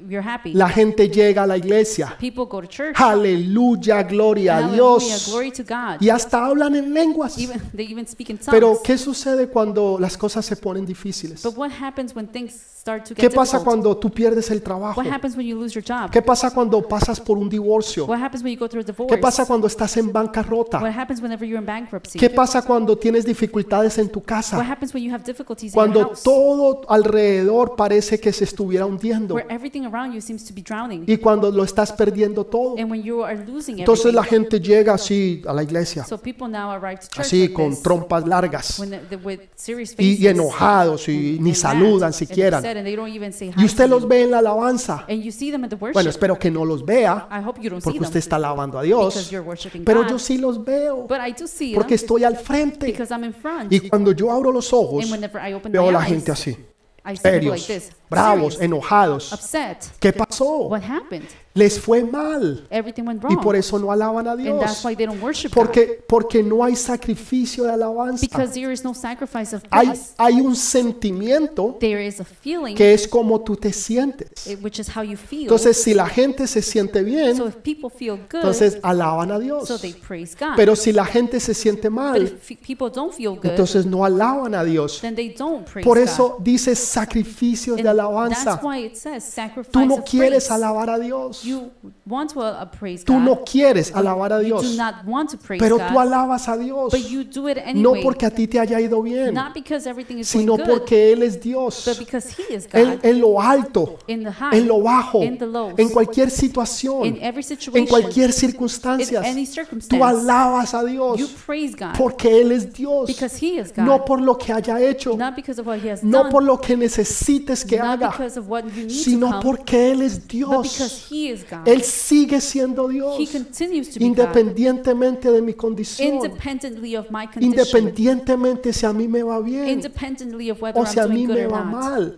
you're happy. La gente llega a la iglesia, People go to church. aleluya, gloria a Hallelujah, Dios, Glory to God. y hasta hablan en lenguas. Even they even speak in tongues. Pero ¿qué sucede cuando las cosas se ponen difíciles? But what happens when things start to get ¿Qué pasa difficult? cuando tú pierdes el trabajo? What happens when you lose your job? ¿Qué pasa cuando pasas por un divorcio? What happens when you go through a divorce? ¿Qué pasa cuando estás en bancarrota? What happens whenever you're in bankruptcy? ¿Qué pasa cuando tienes dificultades en tu What casa? happens when you have difficulties in your Cuando house? todo alrededor parece que se estuviera hundiendo Where everything around you seems to be drowning. y cuando lo estás perdiendo todo. And when you are losing Entonces everything. la gente llega así a la iglesia, so people now arrive to church así like con this, trompas largas when the, the, with serious faces, y, y enojados y and ni mad, saludan and siquiera. upset, and they don't even say hi Y usted to los you. ve en la alabanza. And you see them at the worship. Bueno, espero que no los vea I hope you don't see porque them usted está alabando a because Dios, you're worshiping pero God. yo sí los veo But I do see porque them estoy al frente. because I'm in front. Y cuando yo abro los ojos, and whenever I open veo my la eyes, gente así, I see people like serios, this, bravos, serious, enojados. upset. ¿Qué pasó? What happened? Les fue mal Everything went y wrong. por eso no alaban a and that's Dios. why they don't worship God. Porque, porque no hay sacrificio de alabanza. Because there is no sacrifice of Hay, praise. hay un sentimiento There is a feeling, que es como tú te sientes. eh, which is how you feel. Entonces, si la gente se siente so bien, if people feel good, entonces alaban a so Dios. they praise God. Pero si la gente se siente but mal, if fe- people don't feel good, entonces no alaban a Dios. then they don't praise Por God. eso dice sacrificios And de alabanza. That's why it says Tú sacrifice no of quieres praise. alabar a Dios. You want to uh, praise Tú God. no quieres alabar a you Dios. do not want to praise Pero God. tú alabas a Dios. But you do it anyway. No porque a ti te haya ido bien, not because everything is sino going good, porque Él es Dios. but because He is God. Él en lo alto, in the high, en lo bajo, in the lows, en cualquier in situación, every en situation, cualquier in circunstancia. any Tú circumstance, alabas a you Dios praise God porque Él es Dios. because He is God, No por lo que haya hecho, not because of what He has no done, por lo que necesites que not haga, because of what you need to sino come, porque Él es but Dios. because He is is God. Él sigue siendo Dios, He continues to be God. independientemente de mi condición, Independently of my condition. independientemente si a mí me va bien Independently of whether o si a I'm mí doing good me or va not. mal.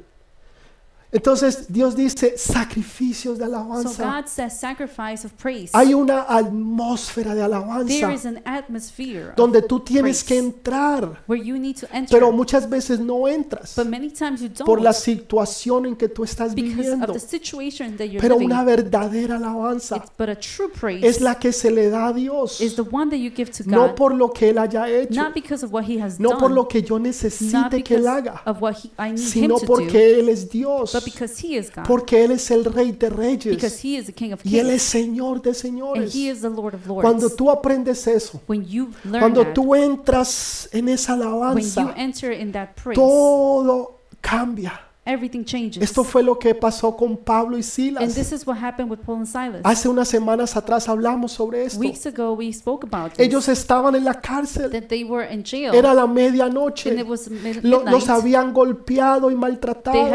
Entonces Dios dice sacrificios de So alabanza. God says sacrifice of praise. Hay una atmósfera de There alabanza is an atmosphere of- donde tú tienes que praise. entrar, where you need to enter. pero muchas veces no entras but many times you don't por la situación en que tú estás because of viviendo. the situation that you're Pero living. una verdadera alabanza It's- but a true praise es la que se le da a Dios, is the one that you give to no God, por lo que Él haya hecho, not because of what He has no done, por lo que yo not necesite que because Él haga, of what he, I need sino Him to do, porque Él es Dios, but because He is God, porque Él es el Rey de because Reyes He is the King of y Él es Kings, Señor de and Señores. He is the Lord of Lords. Cuando tú aprendes eso, when you learn cuando that, tú entras en esa when you alabanza, enter in that praise, todo cambia. everything changes. Esto fue lo que pasó con Pablo y and Silas. this is what happened with Paul and Silas. Hace unas semanas atrás hablamos sobre esto. Weeks ago, we spoke about this, Ellos estaban en la cárcel. that they were in jail, Era la and medianoche. it was mid- Lo- los midnight. habían golpeado y They had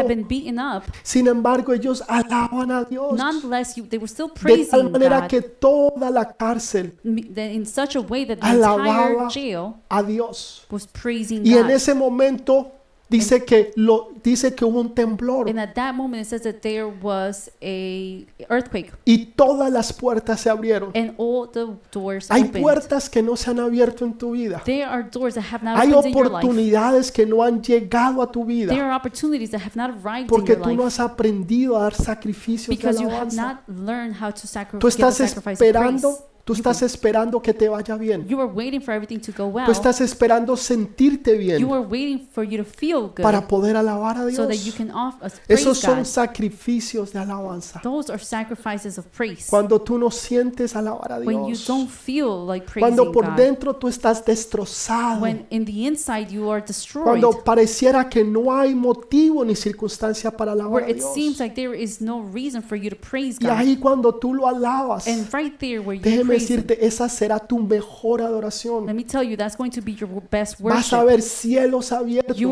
maltratado. been beaten up. Sin embargo, ellos alaban a Dios Nonetheless, you, they were still de praising tal manera God que toda la cárcel m- that in such a way that the Alababa. entire jail a Dios. was praising Y en God. ese momento dice que lo dice que hubo un temblor And at that moment, it says that there was a earthquake, y todas las puertas se abrieron. and all the doors Hay opened. puertas que no se han abierto en tu vida. There are doors that have not Hay opened in your life. oportunidades que no han llegado a tu vida There are opportunities that have not arrived in porque your tú no life has aprendido a dar sacrificios de because you have alabanza. not learned how to sacri- Tú give a estás sacrifice of praise. esperando, tú estás esperando que te vaya bien. You are waiting for everything to go Tú well. estás esperando sentirte You bien are waiting for you to feel good para poder alabar a so that you Dios. can offer us Esos praise son God. sacrificios de alabanza. Those are sacrifices of praise. Cuando tú no sientes alabar a when you Dios. don't feel like praising Cuando por God, dentro tú estás destrozado. when in the inside you are destroyed, Cuando pareciera que no hay motivo ni circunstancia para alabar where a it Dios. seems like there is no reason for you to praise Y God, ahí cuando tú lo alabas, and right there where you déjeme praise Him, decirte, esa será tu mejor let adoración. me tell you, that's going to be your best Vas a worship. ver cielos You are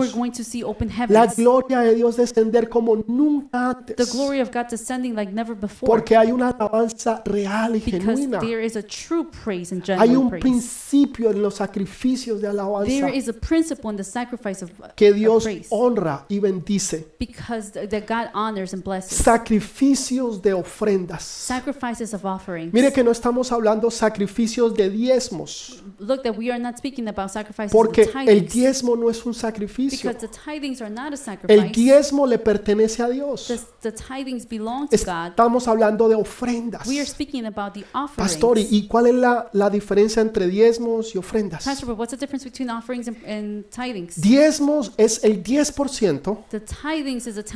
abiertos. going to see open La heavens, gloria de Dios descender como nunca the antes. glory of God descending like never before, Porque hay una alabanza real y because genuina. there is a true praise and Hay genuine un praise. principio en los sacrificios de There alabanza is a principle in the sacrifice of, uh, of que Dios praise, honra y bendice. because th- that God honors and blesses. Sacrificios de ofrendas. Sacrifices of offerings. Mire que no estamos hablando sacrificios de diezmos, Look that we are not speaking about sacrifices porque of el tidings. diezmo no es un sacrificio. Because the tidings are not a El sacrifice. diezmo le pertenece a Dios. The, the tidings belong to God. Estamos hablando de ofrendas. We are speaking about the offerings. Pastor, ¿y- ¿y cuál es la, la diferencia entre diezmos y ofrendas? Pastor, but what's the difference between offerings and, and tidings? Diezmos es el 10% the tidings is a de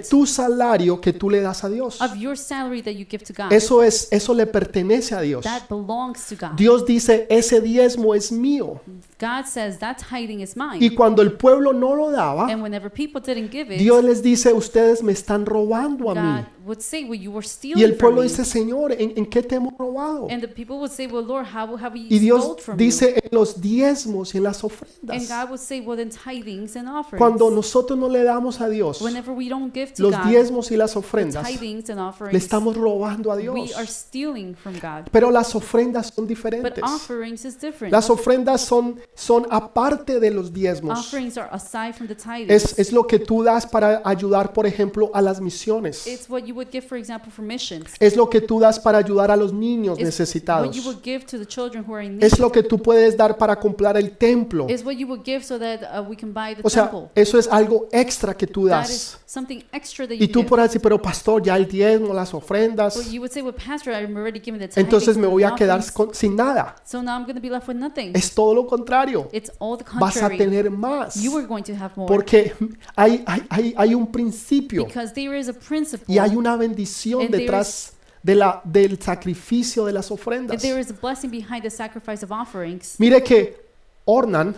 10% tu salario que tú le das a Dios. of your salary that you give to God. Eso es, eso le pertenece a Dios. that belongs to God. Dios dice, ese diezmo es mío. God says that tiding is mine. Y cuando el pueblo no lo daba, and whenever people didn't give it, Dios les dice, ustedes me están robando a God mí. would say, well, you were Y stealing el from pueblo me. dice, Señor, ¿en, en qué te hemos robado? and the people would say, well, Lord, how have we Y stole Dios from you? dice, en los diezmos y en las And ofrendas. God would say, well, then tidings and offerings. Cuando nosotros no le damos a Dios Whenever we don't give to los God, diezmos y las the ofrendas, tidings and le offerings, estamos robando a Dios. we are stealing from God. Pero las ofrendas son But diferentes. offerings is different. Las ofrendas son, son aparte de los diezmos. Offerings are aside from the tidings. Es, es lo que tú das para ayudar, por ejemplo, a las misiones. It's what you would give, for example, for missions. Es lo que tú das para ayudar a los niños It's what you necesitados. would give to the children who are in need. Es lo que tú puedes dar para comprar el templo. It's what you would give so that uh, we can buy the O sea, temple. eso es algo extra que tú That is das. something extra that Y you tú give. por así, pero pastor, ya el diezmo, las Well, ofrendas, you would say, well, Pastor, I'm already giving the tidings entonces me and voy a quedar offerings, con- sin nada. so now I'm going to be left with nothing. Es todo lo contrario. It's all the Vas a contrary. tener más. you are going to have more Porque hay, hay, hay, hay un principio because there is a principle y hay una bendición And there detrás de la, del sacrificio de las If ofrendas. there is a blessing behind the sacrifice of offerings, Mire que Ornan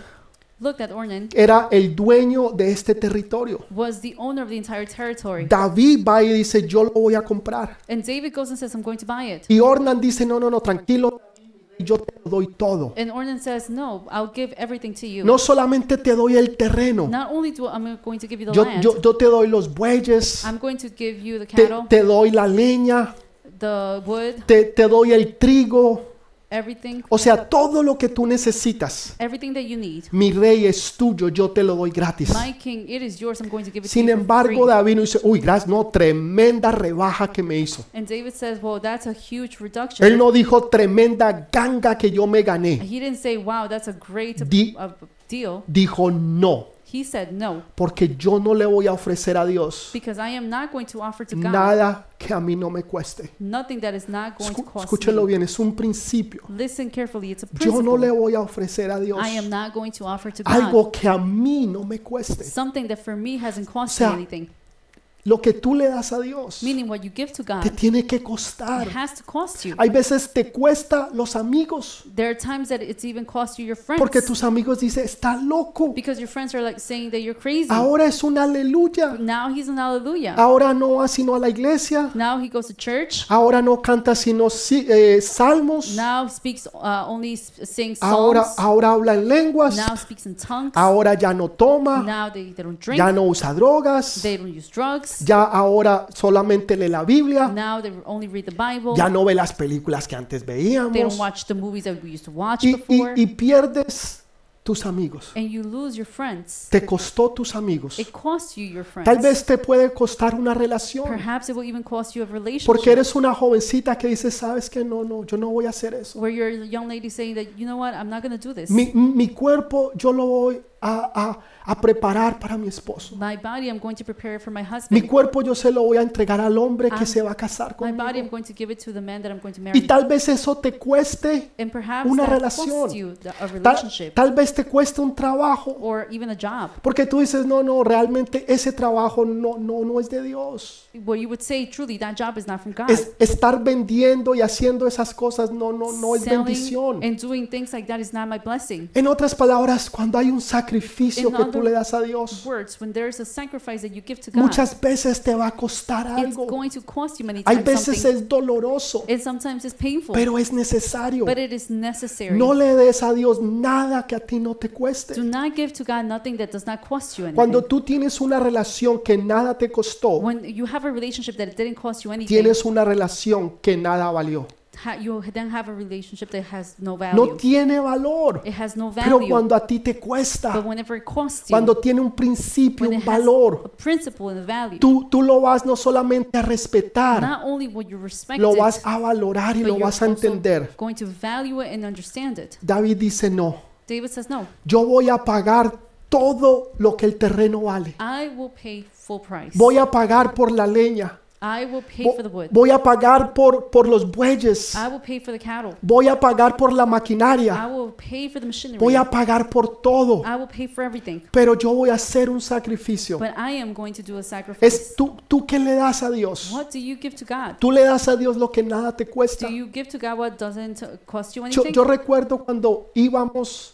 look that Ornan era el dueño de este territorio. was the owner of the entire territory. David va y dice, yo lo voy a comprar. And David goes and says, I'm going to buy it. Y Ornan dice, no, no, no, tranquilo, yo te lo doy todo. And Ornan says, No, I'll give everything to you. No solamente te doy el terreno, Not only do I'm going to give you the yo, land, yo, yo te doy los bueyes, I'm going to give you the te, cattle, te doy la leña, the wood, te, te doy el trigo, everything, o sea, todo lo que tú necesitas. everything that you need. Mi rey es tuyo, yo te lo doy gratis. My king, it is yours. I'm going to give it Sin to you for embargo, free. David dice, uy, gracias, no, tremenda rebaja que me hizo. And David says, "Well, that's a huge reduction." Él no dijo tremenda ganga que yo me gané. He didn't say, "Wow, that's a great ab- Di- ab- deal." Dijo, no, He said, "No, porque yo no le voy a ofrecer a Dios because I am not going to offer to God nada que a mí no me cueste. nothing that is not going to Escu- cost Escúchelo me." bien, es un principio. Listen carefully; it's a Yo principle. no le voy a ofrecer a Dios I am not going to offer to God algo que a mí no me cueste. something that for me hasn't cost sea, me anything. Lo que tú le das a Dios Meaning, what you give to God, te tiene que it costar. has to cost you. Hay veces te cuesta los amigos There are times that it's even cost you your friends porque tus amigos dicen, está loco. because your friends are like saying that you're crazy. Ahora es un aleluya. now he's an hallelujah. Ahora no va sino a la iglesia. now he goes to church. Ahora no canta sino si- eh, salmos. Now speaks uh, only s- sings Ahora, songs. ahora habla en lenguas. now speaks in tongues. Ahora ya no toma. now they, they don't drink. Ya no usa drogas. they don't use drugs. Ya ahora solamente lee la Biblia. now they only read the Bible. Ya no ve las películas que antes they don't veíamos. watch the movies that we used to watch Y, y- before. y pierdes tus amigos. and you lose your friends. Te costó tus amigos. It costs you your friends. Tal vez te puede costar una relación. Perhaps it will even cost you a relationship. Porque eres una jovencita que dice, sabes que no, no, yo no voy a hacer eso. where you're a young lady saying that, you know what, I'm not going to do this. Mi, mi cuerpo yo lo voy a, a- a preparar para mi esposo. My body, I'm going to prepare it for my Mi husband. cuerpo yo se lo voy a entregar al hombre que Ah. se va a casar My conmigo. body, I'm going to give it to the man that I'm going to marry. Y tal vez eso te cueste, and perhaps una that relación. costs you the, a tal, relationship Oh. tal vez te cueste un trabajo. or even a job. Porque tú dices, no, no, realmente ese trabajo no, no, no es de Dios. Well, you would say, truly, that job is not from God. Es, estar vendiendo y haciendo esas cosas no, no, no es Selling bendición. and doing things like that is not my blessing. En otras palabras, cuando hay un sacrificio In que tú other le das a Dios, Words, when there is a sacrifice that you give to God, muchas veces te va a costar it's algo. going to cost you many Hay times veces something. es doloroso, And sometimes it's painful, pero es necesario. but it is necessary. No le des a Dios nada que a ti no te Do cueste. not give to God nothing that does not cost you anything. Cuando tú tienes una relación que nada te costó, when you have a relationship that didn't cost you anything, tienes una relación que nada valió. ha- you then have a relationship that has no value. No tiene valor, it has no pero value. cuando a ti te but cuesta, whenever it costs you, cuando tiene un principio, when un it has valor, a principle and a value, tú, tú lo vas no solamente a respetar, not only will you respect lo it, vas a valorar y but lo you're vas a also entender. going to value it and understand it. David dice, no, David says, no, yo voy a pagar todo lo que el terreno vale. I will pay full price. Voy a pagar por la leña. I will pay Vo- for the wood. Ah. Voy a pagar por, por los bueyes. I will pay for the cattle. Voy a pagar por la I maquinaria. will pay for the machinery. Voy a pagar por todo. I will pay for everything. Pero yo voy a hacer un sacrificio. But I am going to do a sacrifice. Es tú, tú que le das a Dios. What do you give to God? Tú le das a Dios lo que nada te cuesta. Do you give to God what doesn't uh, cost you Yo, anything? yo recuerdo cuando íbamos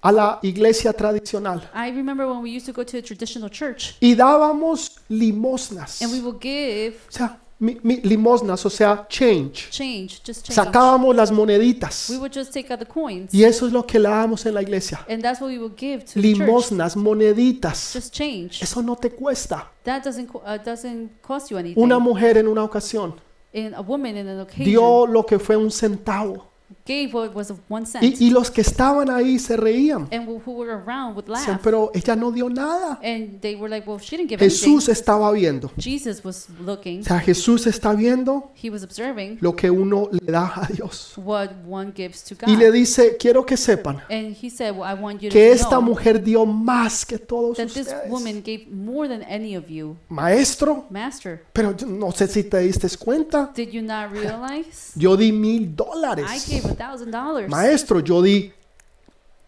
a la iglesia tradicional I remember when we used to go to a traditional church y dábamos limosnas. and we will give O sea, mi- mi- limosnas, o sea, change. change, just change. Sacábamos las We moneditas. would just take out the coins Y eso es lo que le dábamos en la iglesia. and that's what we will give to the church. Limosnas, moneditas. Just change. Eso no te cuesta. That doesn't co- uh, doesn't cost you anything. Una mujer en una ocasión In a woman in an occasion dio lo que fue un centavo. gave what was of one cent. Y, y los que estaban ahí se reían. and who- who were around would laugh. Decían, pero ella no dio nada. and they were like, well, she didn't give Jesús anything. estaba viendo. Jesus was looking. O sea, Jesús está viendo He was observing lo que uno le da a Dios. what one gives to God. Y le dice, quiero que sepan and he said, well, I want you to que esta know mujer dio más que todos that this ustedes. woman gave more than any of you. Maestro, Master, pero yo no sé si te diste cuenta. did you not realize? Yo di mil I dólares. gave a thousand dollars. Maestro, yo di,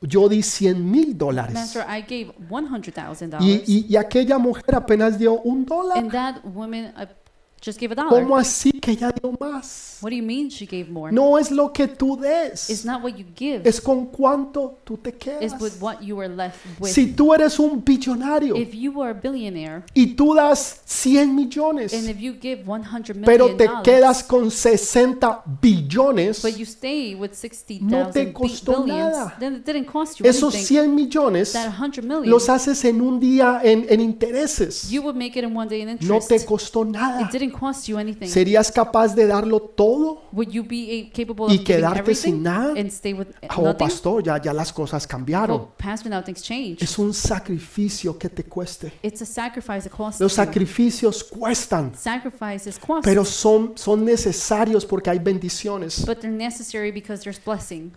yo di 100 mil dólares. Master, I gave one hundred thousand Y, dollars. y- y aquella mujer apenas dio un And dólar. that woman uh, just gave a dollar. ¿Cómo así que ella dio más? What do you mean she gave more? No es lo que tú It's des, not what you give. es con cuánto tú te It's quedas. with what you are left with. Si tú eres un billonario if you are a billionaire y tú das 100 and millones, if you give 100 pero million te dollars, quedas con 60 billones, but you stay with 60,000 No te bi- costó billions, nada. then it didn't cost you esos anything. 100 millones That 100 million, los haces en un día en, en intereses. you would make it in one day in No interest. te costó nada. it didn't wouldn't cost you anything. ¿Serías capaz de darlo todo? Would you be a- capable ¿Y of giving quedarte everything sin nada? and stay with eh, Oh, nothing? pastor, ya, ya las cosas cambiaron. Well, pastor, now things change. Es un sacrificio que te cueste. It's a sacrifice that costs. Los you. sacrificios cuestan, Sacrifices cost, pero son, son necesarios porque hay bendiciones. but they're necessary because there's blessing.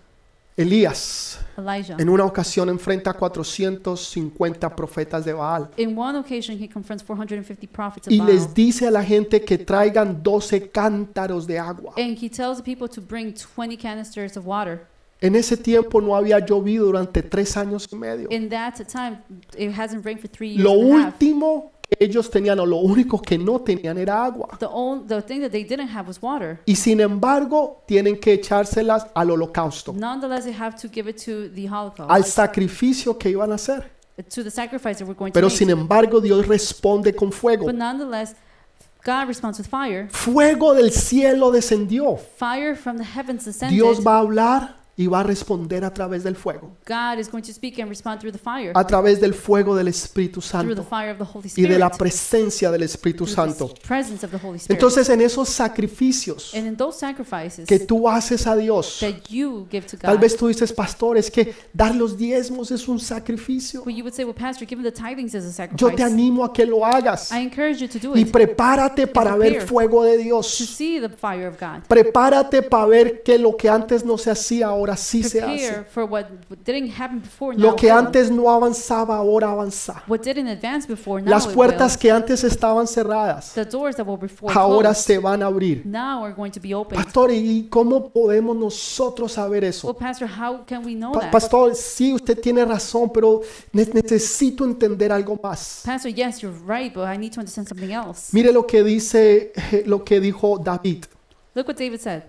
Elías Elijah. en una ocasión enfrenta a 450 profetas de Baal In one occasion, he confronts 450 prophets of y les Baal, dice a la gente que traigan 12 cántaros de agua. and he tells the people to bring 20 canisters of water. En ese tiempo no había llovido durante tres años y medio. In that time, it hasn't rained for three years Lo and a half. último que ellos tenían o lo único que no tenían era agua. The, on, the thing that they didn't have was water. Y sin embargo tienen que echárselas al holocausto, Nonetheless, they have to give it to the al Holocaust, sacrificio que iban a hacer. to the sacrifice that we're going to Pero make. sin embargo Dios responde con fuego. But nonetheless, God responds with fire. Fuego del cielo descendió. Fire from the heavens ascended. Dios va a hablar y va a responder a través del fuego, God is going to speak and respond through the fire, a través del fuego del Espíritu through the Santo fire of the y Holy Spirit, de la presencia del Espíritu through Santo. the presence of the Holy Spirit. Entonces en esos sacrificios and in those sacrifices que tú haces a Dios, that you give to God, tal vez tú dices, pastor, es que dar los diezmos es un sacrificio. well, you would say, well, Pastor, giving the tithings is a Yo sacrifice. te animo a que lo hagas I encourage you to do y it, prepárate para ver fuego de to Dios. see the fire of God. Prepárate para ver que lo que antes no se hacía, ahora sí se hace. Prepare for what didn't happen before now. Lo que will. antes no avanzaba, ahora avanza. What didn't advance before now Las it puertas will. que antes estaban cerradas, The doors that were before ahora closed se van a abrir. now are going to be opened. Pastor, ¿y cómo podemos nosotros saber Well, eso? Pastor, how can we know Pa- that? pastor, sí, usted tiene razón, pero ne- necesito entender algo más. Pastor, yes, you're right, but I need to understand something else. Mire lo que dice, eh, lo que dijo David. Look what David said.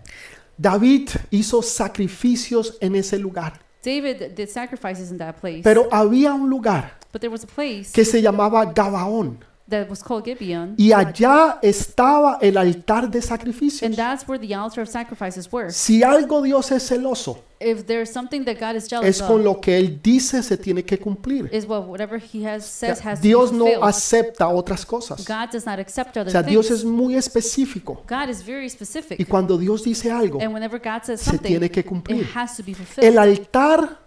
David hizo sacrificios en ese lugar, David did sacrifices in that place, pero había un lugar but there was a place que se llamaba Gabaón that was called Gibeon, y allá estaba el altar de sacrificios. and that's where the altar of sacrifices were. Si algo Dios es celoso, If there's something that Oh, God is jealous es con of, lo que Él dice se tiene que cumplir. is what whatever He has says has Dios to be no fulfilled. acepta otras cosas. God does not accept O other sea, Dios things. es muy específico. God is very Y specific, cuando Dios dice algo, and whenever God says se tiene something, que it cumplir. has to be fulfilled. El altar,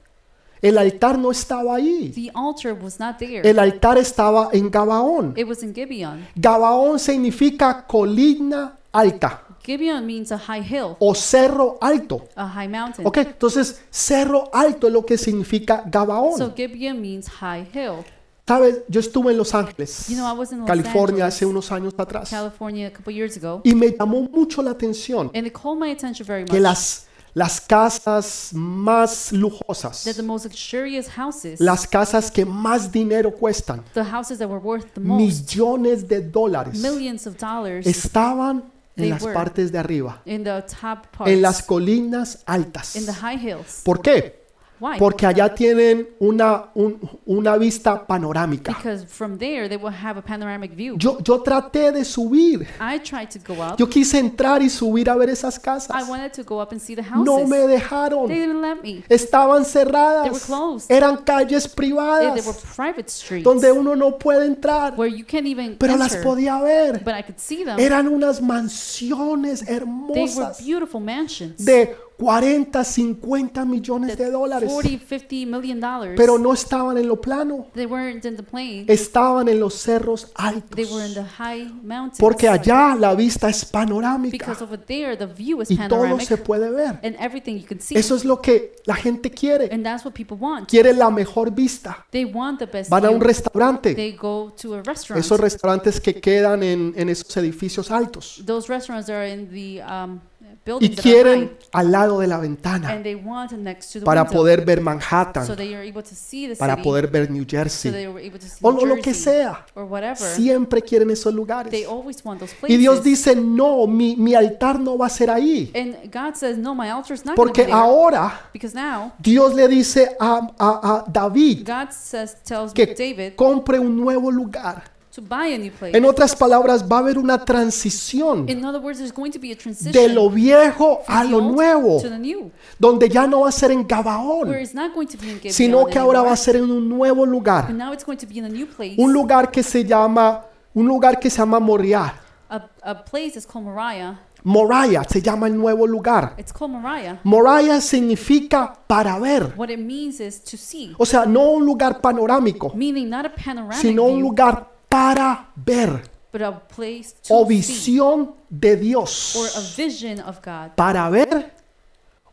el altar no estaba ahí. The altar was not there. El altar estaba en Gabaón. It was in Gibeon. Gabaón significa colina alta Gibeon means a high hill, o cerro alto. a high mountain. Oh. Ok, entonces cerro alto es lo que significa So Gabaón. Gibeon means high hill. Sabes, yo estuve en Los Ángeles, You know, I was in Los California, Angeles, hace unos años atrás. California a couple years ago, Y me llamó mucho la atención and it called my attention very much que las, las casas más that the lujosas, most luxurious houses, las casas que más dinero cuestan, the houses that were worth the most, millones de dólares, millions of dollars, estaban en They las were. partes de arriba, in the top parts, en las colinas in the altas. high hills. ¿Por qué? Why? Porque allá tienen una, un- una vista panorámica. Because from there they will have a panoramic view. Yo, yo traté de subir, I tried to go up. yo quise entrar y subir a ver esas I casas. wanted to go up and see the No houses. me dejaron. They didn't let me. Estaban They were cerradas. closed. Eran calles Eh, They, they were privadas private streets donde uno no puede entrar, where you can't even pero las enter. podía ver. But I could see them. Eran unas mansiones They were hermosas beautiful mansions. de 40, 50 millones de dólares, 40, 50 million dollars. pero no estaban en lo plano, They weren't in the plain. estaban en los cerros They were in altos, the high mountains. porque allá la vista es panorámica Because over there, the view is y todo panoramic se puede ver. and everything you can see. Eso es lo que la gente quiere, And that's what people want. quiere la mejor vista. They want the best Van a view. un restaurante, They go to a restaurant. esos restaurantes que quedan en, en esos edificios altos Those restaurants are in the um, y buildings that are high. quieren al lado de la ventana And they want it next to the para window. poder ver so Manhattan, they are able to see the para city. poder ver New so Jersey they were able to see o New o lo que Jersey sea. or whatever. Siempre quieren esos They lugares. always want those places. Y Dios dice, no, mi, mi altar no va a ser ahí. and God says, no, my altar is not going to Porque be there. ahora because now Dios le dice a, a- a David God says tells que David compre un nuevo lugar. to buy a new place. En otras palabras, va a haber una transición In other words, there's going to be a transition de lo viejo from a the lo old nuevo, to the new, donde ya no va a ser en where Gabaón, it's not going to be in Gibeon sino que ahora va a anymore, ser en un nuevo but lugar, now it's going to be in a new place, un lugar que se llama, un lugar que se llama Moriah. A, a place is called Moriah. Moriah se llama el nuevo lugar. It's called Moriah. Moriah significa para ver. What it means is to see, O sea, no un lugar panorámico, meaning not a panoramic sino un view, lugar para ver. but a place to O see, visión de or a Dios. vision of God, Para ver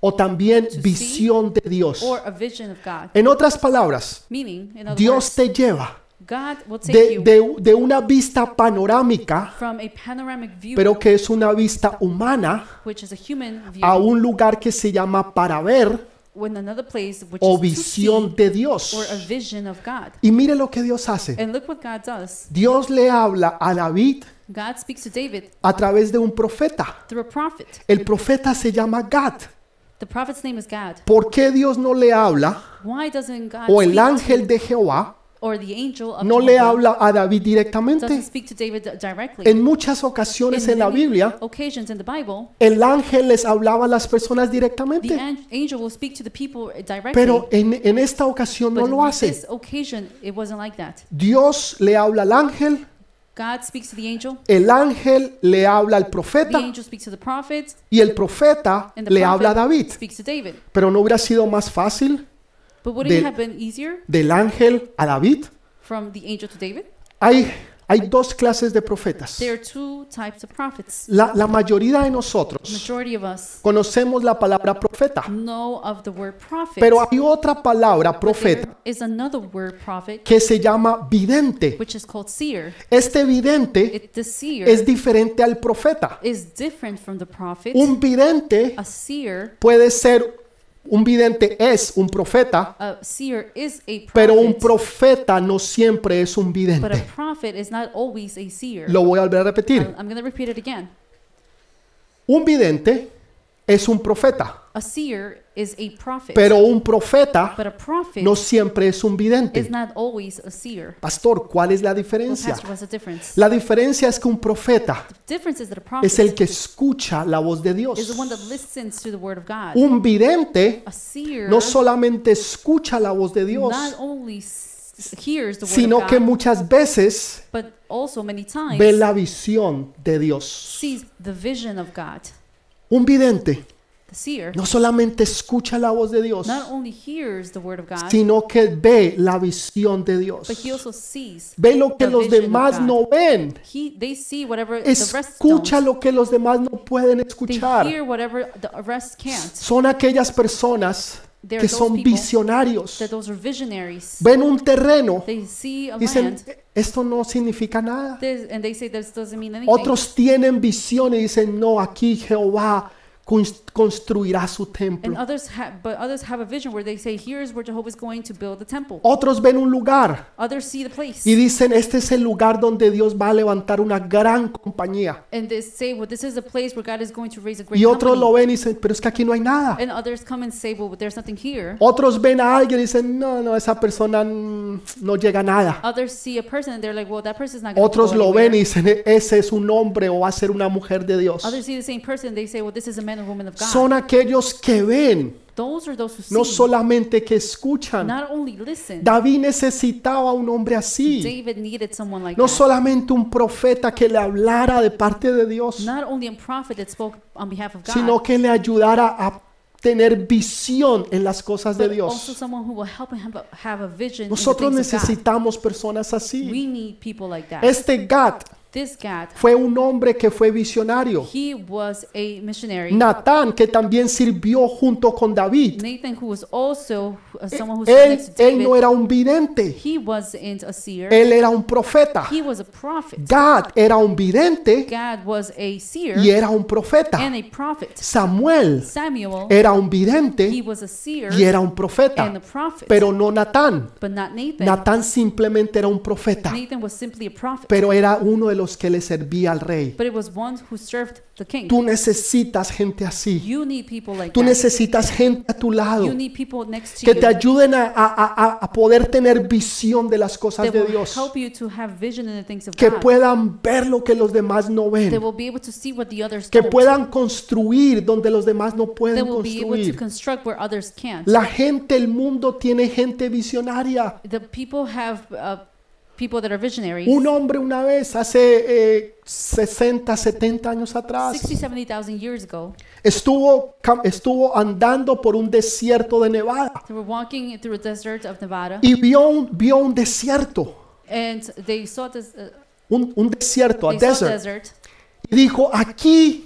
o también see, visión de Dios. or a vision of God. En otras palabras, Meaning, in other Dios words, te lleva God will take de, you de- de una vista panorámica, from a panoramic view, pero que es una vista humana, which is a human view, a un lugar que se llama para ver with another place, which o is to see, visión de Dios. or a vision of God. Y mire lo que Dios hace. And look what God does. Dios le habla a David God speaks to David a través de un profeta. through a prophet. El profeta se llama Gad. The prophet's name is God. ¿Por qué Dios no le habla Why doesn't God o el speak to ángel him, de Jehová or the angel Ah, of no le Jehovah habla a David doesn't directamente? speak to David directly? En muchas ocasiones en la many Biblia, occasions in the Bible, el ángel les hablaba a las personas the directamente, an- angel will speak to the people directly. pero en, en esta ocasión but no lo on hace. this occasion, it wasn't like that. Dios le habla al ángel, God speaks to the angel. el ángel le habla al The profeta angel speaks to the prophet, y el profeta and the le prophet habla a David. speaks to David. Pero no hubiera sido más fácil But wouldn't Del- it have been easier del ángel a David. from the angel to David? Hay, hay dos clases de profetas. There are two types of prophets. La, la mayoría de nosotros Majority of us conocemos la palabra profeta, know of the word prophet. pero hay otra palabra but there profeta is another word prophet, que se llama vidente. which is called seer. Este vidente It, the seer es diferente al profeta. is different from the prophet. Un vidente a seer, puede ser, un vidente es un profeta, a seer is a prophet, pero un profeta no siempre es un but a vidente. prophet is not always a seer. Lo voy a volver a repetir. I'm, going to repeat it again. Un vidente es un profeta, A seer is a prophet, pero un profeta but a prophet no siempre es un is vidente. not always a seer. Pastor, ¿cuál es la Well, diferencia? Pastor, what's the difference? La diferencia es que un profeta the difference is that a prophet es el que escucha la voz de is the Dios. one that listens to the word of God. Un vidente a seer no solamente escucha la voz de Dios, not only s- hears the word sino of que God, muchas veces but also many times ve la visión de Dios. sees the vision of God. Un vidente The seer no solamente escucha la voz de Dios, not only hears the word of God, sino que ve la visión de Dios. but he also sees. Ve lo que the los vision of demás God. no ven. He, they see whatever the rest Escucha don't. lo que los demás no pueden They escuchar. hear whatever the rest can't. son aquellas personas There que are those son people visionarios. That those are visionaries. Ven un terreno, They see a dicen, land, esto no significa nada. this, and they say this doesn't mean anything. Otros tienen visión y dicen, no, aquí Jehová cons- construirá su and templo. others have, but others have a vision where they say, "Here's where Jehovah's going to build the temple." Otros ven un lugar Others see the place, Oh. y dicen, este es el lugar donde Dios va a levantar una gran compañía. and they say, "Well, this is a place where God is going to raise a great Y otros company." lo ven y dicen, Pues pero es que aquí no hay nada. and others come and say, "Well, there's nothing here." Otros ven a alguien y dicen, no, no, esa persona mm, no llega a nada. Others see a person and they're like, "Well, that person's not." gonna Otros go lo anywhere." ven y dicen, "E- ese es un hombre o va a ser una mujer de Dios. Others see the same person and they say, "Well, this is a man or woman of God." Son aquellos que ven, those are those who see. no solamente que escuchan. not only listen. David necesitaba un hombre así, David needed someone like no that. solamente un profeta que le hablara de parte de Dios, not only a prophet that spoke on behalf of God, sino que le ayudara a tener visión en las cosas de but also Dios. someone who will help him have a, have a vision. in the Nosotros things of God. necesitamos personas así. We need people like that. Este Gad this Gad, fue un hombre que fue visionario. he was a missionary. Natán, que también sirvió junto con David, Nathan, who was also Eh, uh, someone who stood Él, next to él David, no era un vidente, he wasn't a seer. él era un profeta. he was a prophet. Gad era un vidente Gad was a seer y era un profeta. and a prophet. Samuel Samuel, era un he vidente was a seer y era un and a profeta, prophet, pero no Natán. but not Nathan. Natán simplemente era un profeta, Nathan was simply a prophet, pero era uno de los que le servía al rey. but it was one who served the king. Tú necesitas gente así. You need people like Tú that. necesitas gente a tu lado You need people next to que you te ayuden a, a- a- a poder tener visión de las cosas that de will Dios, help you to have vision in the things of que God. puedan ver lo que los demás no ven. They will be able to see what the others que don't. puedan construir donde los demás no They pueden will be able to construir. construct where others can't. La gente, el mundo tiene gente visionaria. The people have uh, people that are visionaries. Un hombre una vez, hace eh, 60, 70 años atrás, 60, 70,000 years ago, estuvo, cam- estuvo andando por un desierto de Nevada they were walking through a desert of Nevada, y vio un, vio un desierto, and they saw this. Uh, un, un desierto, a they saw a desert, desert, y dijo, aquí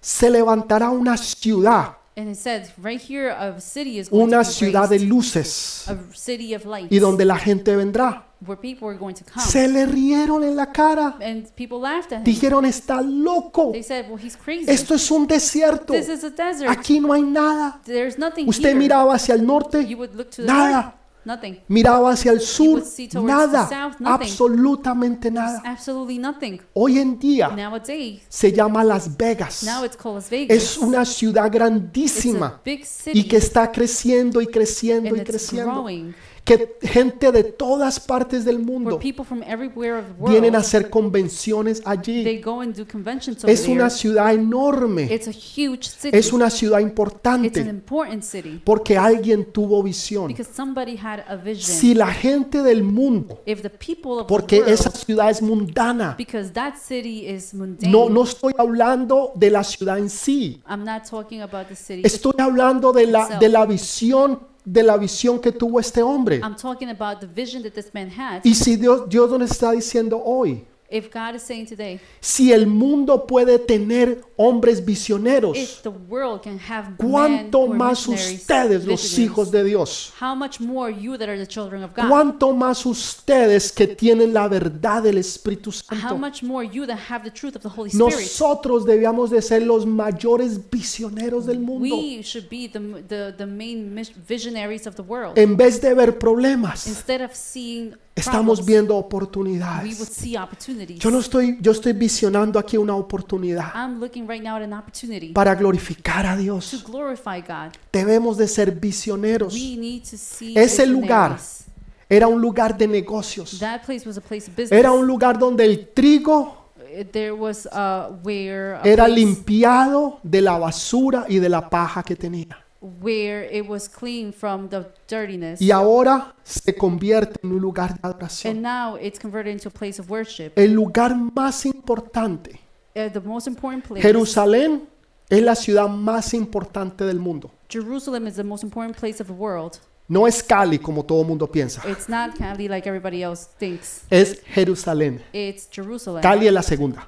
se levantará una ciudad, and it said, "Right here, a city is going una to be ciudad de raised, luces a city of lights, y donde la gente vendrá. where people are going to come." Se le rieron en la cara, And people laughed at him. dijeron, está loco, They said, "Well, he's crazy. esto es un desierto, this is a desert. aquí no hay nada. There's nothing Usted here." miraba hacia el norte, you would look to the nada. north, nothing, miraba hacia el sur, would see towards the nada, south, nothing. absolutamente nada. absolutely nothing. Hoy en día Nowadays, se llama Las Vegas. now it's called Las Vegas. Es una ciudad it's a grandísima big city, y que está creciendo y creciendo and y it's creciendo. growing. Que gente de todas partes del Where mundo people from everywhere of the vienen a world, hacer convenciones allí. they go and do conventions over Es una there. ciudad enorme, It's a huge city. es una ciudad it's an importante important city porque alguien tuvo visión. because somebody had a vision. Si la gente del mundo, if the people of porque the world, esa ciudad es mundana, because that city is mundane, No, no estoy hablando de la ciudad en sí. I'm not talking about the city. Estoy hablando de la, de la visión, de la visión que tuvo este hombre. I'm talking about the vision that this man had. Y si Dios, Dios nos está diciendo hoy, If God is saying today, si el mundo puede tener hombres if visioneros, the world can have men ¿cuánto who are más missionaries, ustedes, los visionaries, hijos de Dios? how much more you that are the children of God? ¿Cuánto más ustedes que tienen la verdad del Espíritu How Santo? much more you that have the truth of the Holy Spirit? Nosotros debíamos de ser los mayores visioneros del mundo. We should be the, the, the main mis- visionaries of the world. En vez de ver problemas, Instead of seeing Estamos problems, viendo we would oportunidades. see opportunities. Yo no estoy, yo estoy visionando aquí una oportunidad I'm looking right now at an opportunity para glorificar a to Dios. glorify God. Debemos de ser visioneros. We need to see Ese lugar visionaries. Era un lugar de negocios. That place was a place of business. Era un lugar donde el trigo Uh, There was uh, where a era place limpiado de la basura y de la paja que tenía. where it was clean from the dirtiness, Y ahora se convierte en un lugar de and adoración. now it's converted into a place of worship. El lugar más importante. Uh, the most important place. Jerusalén es la ciudad más importante del mundo. Jerusalem is the most important place of the world. No es Cali como todo mundo piensa. It's not Cali like everybody else thinks. Es Jerusalén. It's Jerusalem. Cali es la segunda.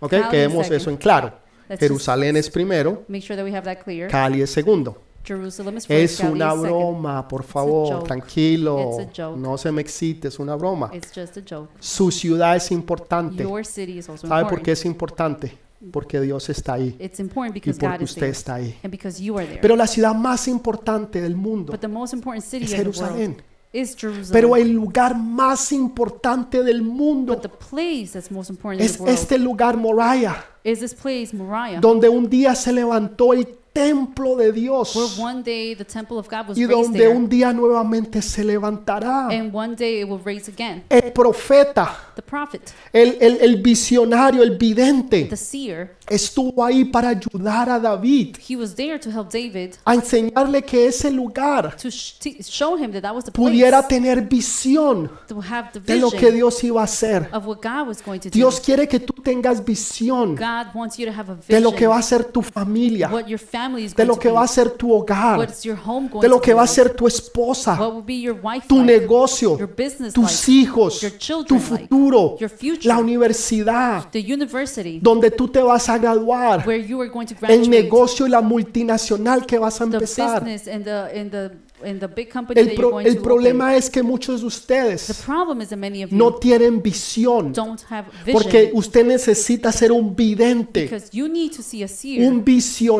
¿Ok? Cali es Quedemos second. eso en claro. Let's Jerusalén es primero, just make sure that we have that clear. Cali es segundo. Jerusalem is first. Es Cali una is second. broma, por favor, joke. tranquilo. It's a joke. No se me excite, es una broma. It's just a joke. Su ciudad es importante. Your city is also ¿Sabe important. por qué es importante? Porque Dios está ahí It's important y because God porque is usted there está ahí. and because you are there. Pero la ciudad más importante del mundo but the most important city es of the world Jerusalén. is Jerusalem. Pero el lugar más importante del mundo but the place that's most important in es the world este lugar Moriah, is this place, Moriah, donde un día se levantó el templo de Dios. where one day the temple of God was y raised donde there, un día nuevamente se levantará and one day it will raise again. el profeta, The prophet, el, el- el visionario, el vidente, the seer, estuvo ahí para ayudar a David, he was there to help David a enseñarle que ese lugar to sh- t- show him that that was the pudiera place tener visión to have the de lo que Pues, vision Dios iba a hacer. of what God was going to do. Dios quiere que tú tengas visión God wants you to have a de lo que vision va a ser tu familia, what your family is de going lo to que be, va a ser tu hogar, what's your home going de lo to que be va a like, ser tu esposa, what will be your wife tu like, negocio, your business tus like, hijos, your tu children like, futuro, your future, la universidad, the university donde tú te vas a graduar, where you are going to el graduate, negocio y la multinacional que vas a the empezar. business and the and the and the big company El, that pro- you're going el to open. problema es que muchos de The ustedes problem is that many of you no tienen visión, don't have vision porque usted necesita ser un vidente, because you need to see a seer, un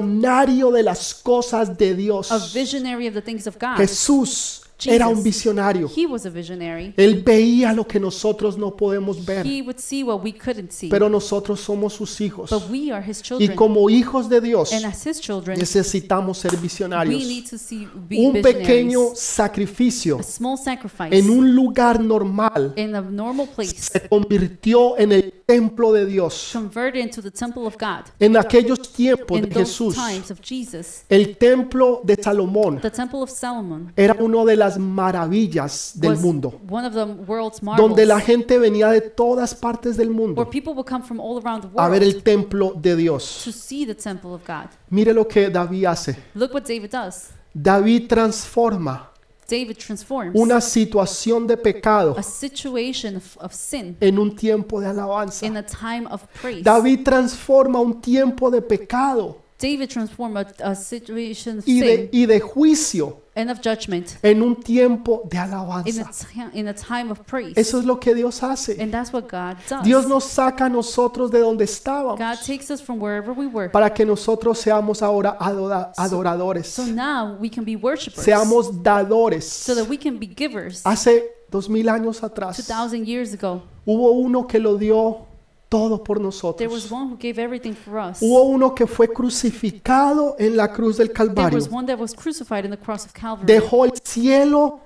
visionario de las cosas de a Dios. visionary of the things of God. Jesús era un visionario. He was a visionary. Él veía lo que nosotros no podemos ver, He would see what we couldn't see. pero nosotros somos sus hijos. but we are his Y children, como hijos de Dios and as his children, necesitamos ser we visionarios. need to see be un pequeño visionaries. sacrificio A small sacrifice en un lugar normal in a normal place se convirtió en el templo de Dios. converted into the temple of God. En aquellos tiempos In de those Jesús, times of Jesus, el templo de Salomón the temple of Solomon era una de las las maravillas del was mundo, one of the world's marvels, donde la gente venía de todas partes del where mundo people would come from all around the a world ver el templo de Dios. to see the temple of God. Mire lo que David hace. Look what David does. David transforma David transforms una situación de pecado a situation of, of sin en un tiempo de alabanza. in a time of praise. David transforma un tiempo de pecado David transformed a, a situation of y de, sin y de juicio and of judgment en un tiempo de in a, alabanza. ti- in a time of praise. Eso es lo que Dios hace. and that's what God does. Dios nos saca a nosotros de donde estábamos God takes us from wherever we were. para que nosotros seamos ahora adora- adoradores, So now we can be worshipers. seamos dadores. so that we can be givers. Hace dos mil años atrás 2,000 years ago, hubo uno que lo dio todo por there was nosotros. one who gave everything for us. Hubo uno que fue crucificado en la cruz del There Calvario. was one that was crucified in the cross of Calvary. Dejó el cielo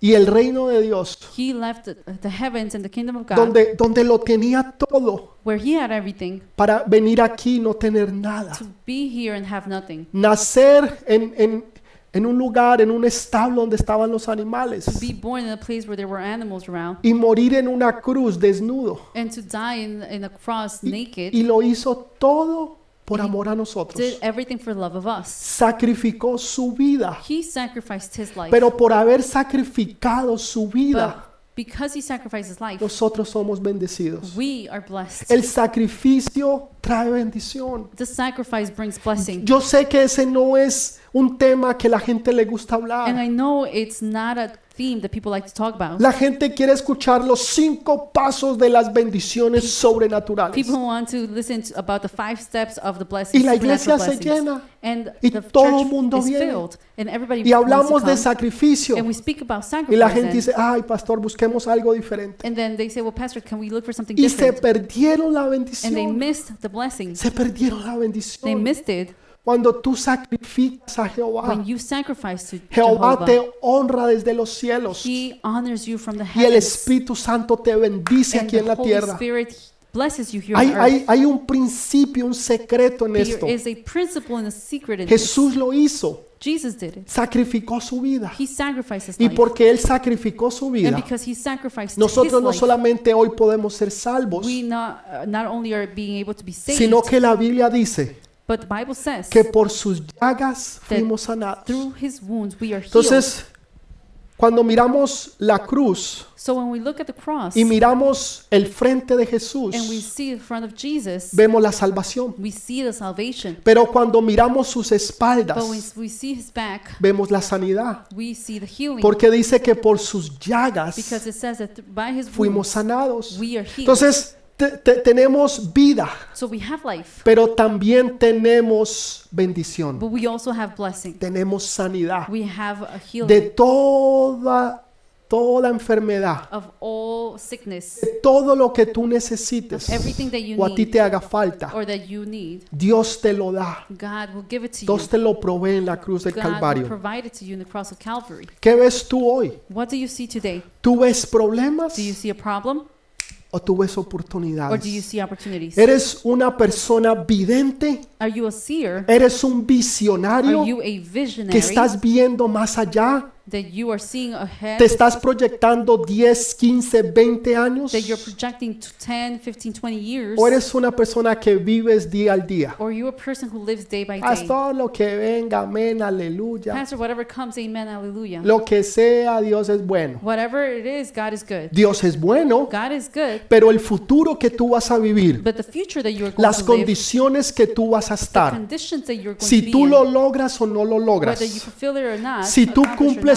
y el reino de Dios, he left the, the heavens and the kingdom of God, donde, donde lo tenía todo, where he had everything, para venir aquí y no tener nada. to be here and have nothing, Nacer en, en- en un lugar, en un establo donde estaban los animales. be born in a place where there were animals around, Y morir en una cruz desnudo. and to die in, in a cross naked. Y lo hizo todo por amor a nosotros. did everything for love of us. Sacrificó su vida. He sacrificed his life. Pero por haber sacrificado su vida, but because he sacrificed his life, nosotros somos bendecidos. we are blessed. El sacrificio trae bendición. the sacrifice brings blessing. Yo sé que ese no es un tema que la gente le gusta And hablar. I know it's not a theme that people like to talk about. La gente quiere escuchar los cinco pasos de las bendiciones sobrenaturales. People want to listen to, about the five steps of the blessings. Y la iglesia supernatural se blessings. llena. And Y the todo church mundo is viene. filled. And everybody Y wants to hablamos de come. sacrificio. And we speak about Y sacrifice. la gente and- dice, ay, pastor, busquemos algo diferente. and then they say, well, pastor, can we look for something Y se different? perdieron la And they bendición. missed the blessing. Se perdieron la They bendición. missed it Cuando tú sacrificas a Jehová, when you sacrifice to Ah. Jehová Jehovah. te honra desde los cielos y He honors you from the el heavens. Espíritu Santo te bendice And aquí en the la Holy tierra. Spirit blesses you here on Hay, hay- earth. hay un principio, un secreto en esto. There is a principle and a secret in this. Jesús lo hizo, Jesus did it. sacrificó su vida. He sacrificed his Y life. porque Él sacrificó su And vida, because he sacrificed nosotros no his life, solamente hoy podemos ser salvos, we not, uh, not only are being able to be saved, sino que la Biblia dice but the Bible says que por sus llagas fuimos sanados. through his wounds we are healed. Entonces, cuando miramos la cruz so when we look at the cross y miramos el frente de and we Jesús, see in front of Jesus, vemos la salvación. we see the salvation. Pero cuando miramos sus But when espaldas, we see his back, vemos la sanidad. we see the healing. Porque dice que por sus llagas because it says that th- by his fuimos wounds sanados. we are healed. Entonces, te- te- tenemos vida, so we have life, pero también tenemos bendición. but we also have blessing. Tenemos sanidad We have a healing de toda, toda enfermedad, of all sickness de todo lo que tú necesites Everything that you o a ti need. te haga falta. or that you need. Dios te lo da. God will give it to you. Dios te lo provee en la cruz del God will Calvario. provide it to you in the cross of Calvary. ¿Qué ves tú hoy? What do you see today? ¿Tú ves problemas? Do you see a problem o tú ves or do you oportunidades. see opportunities? Eres una persona vidente, Are you a seer? eres un Are visionario you a que visionary estás viendo más allá, that you are seeing te ahead, estás proyectando 10, 15, 20 años, that you're projecting to 10, 15, 20 years? o eres una persona que vives día al día. Or are you a person who lives day by Haz day? todo lo que venga, amén, aleluya. Pastor, whatever comes, amen, hallelujah. Lo que sea, Dios es bueno. Whatever it is, God is good. Dios es bueno, God is good, pero el futuro que tú vas a vivir, but the future that you're going las to live, condiciones que tú vas a the estar, conditions that you're going to si be tú lo in, logras o no lo whether you logras, fulfill it or not, si tú accomplish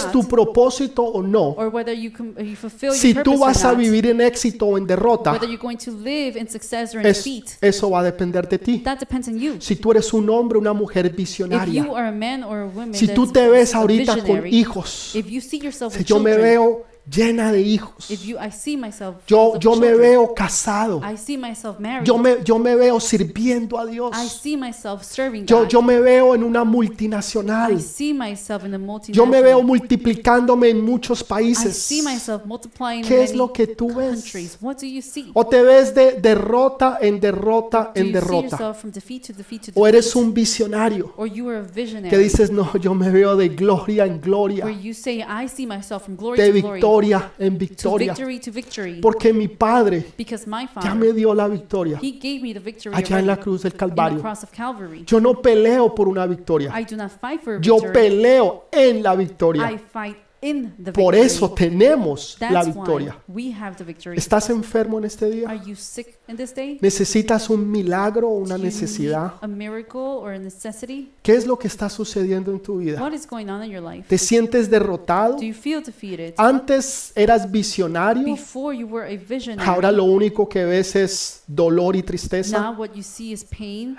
cumples or tu not, propósito o no, or whether you, com- you fulfill si your tú purpose vas or a not, vivir en éxito o en derrota, whether you're going to live in success or in es- defeat, eso va a depender de ti. that depends on you. Si tú eres un hombre, una mujer If you visionaria, are a man or a woman, si tú that's te ves a ahorita con visionary, hijos, if you see yourself si with yo me children, veo llena de hijos. If you, I see myself. Yo, filled with yo me children. veo casado. I see myself married. Yo me, yo me veo sirviendo a I Dios. see myself serving Yo, God. yo me veo en una I multinacional. see myself in the multinational. Yo me veo multiplicándome en muchos I see países. myself multiplying in ¿Qué es many lo que tú ves? countries. What do you see? O te ves de derrota en derrota do en you see derrota. yourself from defeat to defeat to defeat? O eres un visionario or you are a que visionary dices, no, yo me veo de gloria en where gloria, you say, I see myself from glory de to glory, victoria en to victoria. victory to victory, Porque mi Padre because my Father, ya me dio la victoria He gave me the victory allá en la already cruz del in the Calvario. cross of Calvary. Yo no peleo por una victoria. I do not fight for a Yo victory. peleo en la I victoria. fight in the Por victory. eso tenemos That's la why victoria. we have the victory. ¿Estás enfermo en este Are día? you sick in this day? ¿Necesitas un milagro o una Do you need necesidad? A miracle or a necessity? ¿Qué es lo que está sucediendo en tu vida? What is going on in your life? ¿Te sientes derrotado? Do you feel defeated? Antes eras visionario, Before you were a visionary. ahora lo único que ves es dolor y tristeza. Now what you see is pain.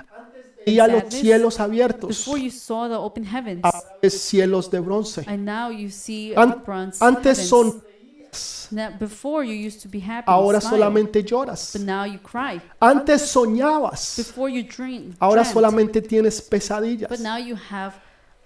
Y a los sadness. cielos abiertos, Before you saw the open heavens, ahora ves cielos de bronce. and now you see Ah. An- the bronze Antes heavens. sonreías, Now, before you used to be happy, and ahora smile, solamente lloras. but now you cry. Antes pues, soñabas, Before you dream, ahora dreamt, solamente tienes pesadillas. but now you have.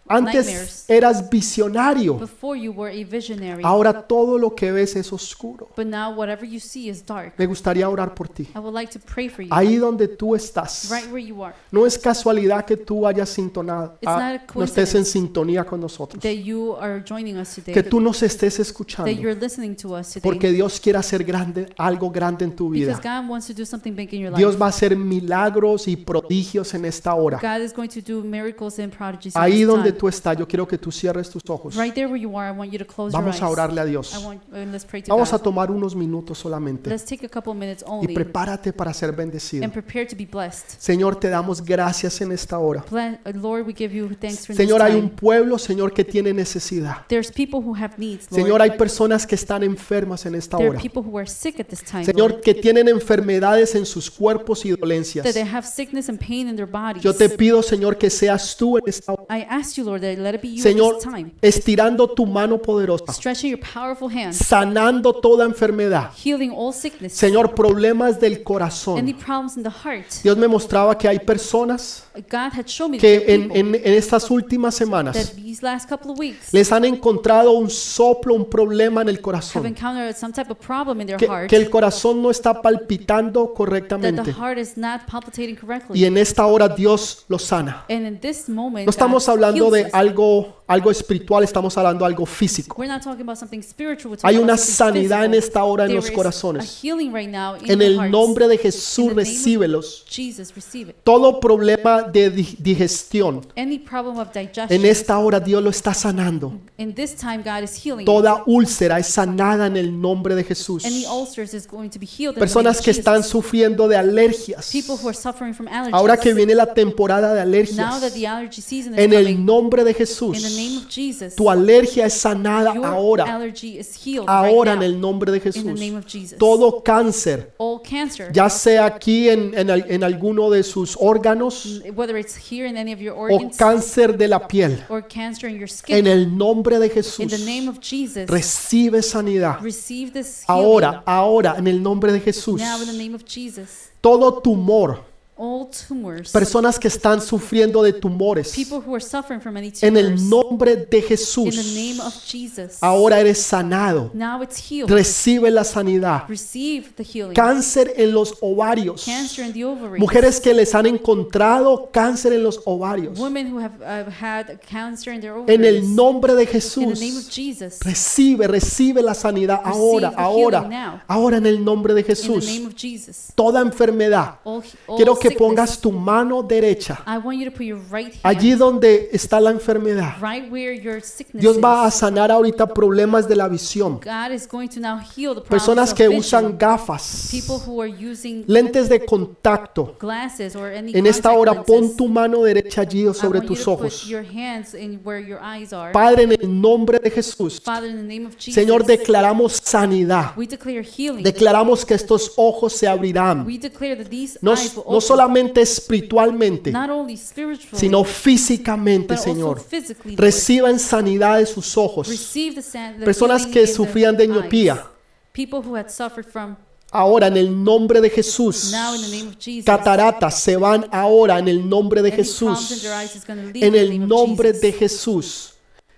Antes Pues nightmares. Pues, eras visionario, Before you were a visionary, ahora todo lo que ves es oscuro. but now whatever you see is dark. Me gustaría orar por ti. I would like to pray for you, Ahí donde tú estás. right where you are, No es casualidad que tú hayas sintonado, It's ah, not a no estés en coincidence. sintonía con nosotros, that you are joining us today, que tú nos estés that escuchando, you're listening to us today, porque Dios quiere hacer grande algo grande en tu because vida. God wants to do something big in your life. Dios va a hacer milagros y prodigios en esta hora. God is going to do miracles and prodigies. in Ahí this donde time. tú estás, yo quiero que tú cierres tus ojos. Right there where you are, I want you to close Vamos a your eyes. orarle a I Dios. want, uh, let's pray to Vamos a God. tomar unos minutos solamente Let's take a couple minutes y only prepárate para ser bendecido. and prepare to be blessed. Señor, te damos gracias en esta hora. Ble- uh, Lord, we give you thanks for this Señor, hay un time. pueblo, Señor, que tiene necesidad. There's people who have needs, Señor, Lord. hay personas que están enfermas en esta There are hora. people who are sick at this time, Señor, Lord, que tienen enfermedades en sus cuerpos y dolencias. that they have sickness and pain in their bodies. Yo te pido, Señor, que seas tú en esta hora. I ask you, Lord, that let it be you at Señor, ah. this time, estirando tu mano poderosa, stretching your powerful hand, sanando toda enfermedad. healing all sickness, Señor, problemas del any corazón. problems in the heart. Dios me mostraba que hay personas God had shown me that que there are en, people en- en estas últimas that semanas these last couple of weeks les han encontrado un soplo, un problema en el have corazón. encountered some type of problem in their Que, heart que el corazón no está palpitando that the correctamente. heart is not palpitating correctly. Y en esta hora Dios lo sana. and in this moment, No estamos God hablando heals de us. algo, algo espiritual, estamos hablando de algo físico. We're not talking about something spiritual. we're Hay talking una about something sanidad en physical. esta hora en There los is corazones. a healing right now in En the el hearts. nombre de Jesús, In the name of- recíbelos. Jesus, receive it. Todo problema de di- digestión, Any problem of digestion en esta hora Dios lo está sanando. in this time, God is healing. it. Toda úlcera es sanada en el nombre de Jesús. Any ulcers is going to be healed. in the name Personas of que Jesus. están sufriendo de alergias. people who are suffering from allergies. Ahora que viene la temporada de now that alergias, the allergy season is en coming, el nombre de in the name Jesús, of Jesus, tu alergia es sanada your ahora. allergy is healed Ahora right en now, el nombre de in the Jesús. name of Jesus. todo cáncer, all cancer, ya sea aquí en, en al- en alguno de sus órganos whether it's here in any of your o organs cáncer de la piel, or cancer in your skin, en el nombre de in Jesús, the name of Jesus, recibe sanidad. receive this healing. Ahora, ahora, en el nombre de Jesús, Now, in the name of Jesus, todo tumor, all tumors, personas que están sufriendo de tumores, people who are suffering from any en tumors, el nombre de in the name Jesús, of Jesus, ahora eres sanado, now it's healed. recibe la sanidad. receive the healing. Cáncer en los ovarios, cancer in the ovaries. mujeres que les han encontrado cáncer en los ovarios. Women who have uh, had cancer in their ovaries. En el nombre de in the name of Jesús. Jesus. Recibe, recibe la sanidad Receive ahora, the healing now. ahora, ahora en el nombre de in the name Jesús. of Jesus. Toda enfermedad. All, all Quiero que sickness. Ah, pongas tu mano derecha I want you to put your right hand allí donde está la enfermedad. right where your sickness Dios va a is. sanar ahorita problemas de la visión. God is going to now heal the problems Personas of que vision. usan gafas, people who are using lentes de contacto. glasses or any En esta contact hora pon lenses. tu mano derecha allí I sobre want you tus to Put ojos. your hands in where your eyes are. Padre, en el nombre de Jesús. Father, in the name of Jesus, Señor, declaramos sanidad. we declare healing. Declaramos que estos ojos se abrirán. we declare that these No, eyes will no solamente open. pues, espiritualmente, not only spiritually, sino físicamente, but also Señor. physically. Lord. Reciban sanidad de sus ojos. Receive the san- the Personas healing que in their sufrían de eyes. miopía. People who had suffered from Ahora en el nombre de Jesús. now in the name of Jesus. Cataratas se van ahora en el nombre de Any problems in Jesús. their eyes is gonna leave in En the el name of nombre Jesus. de Jesús.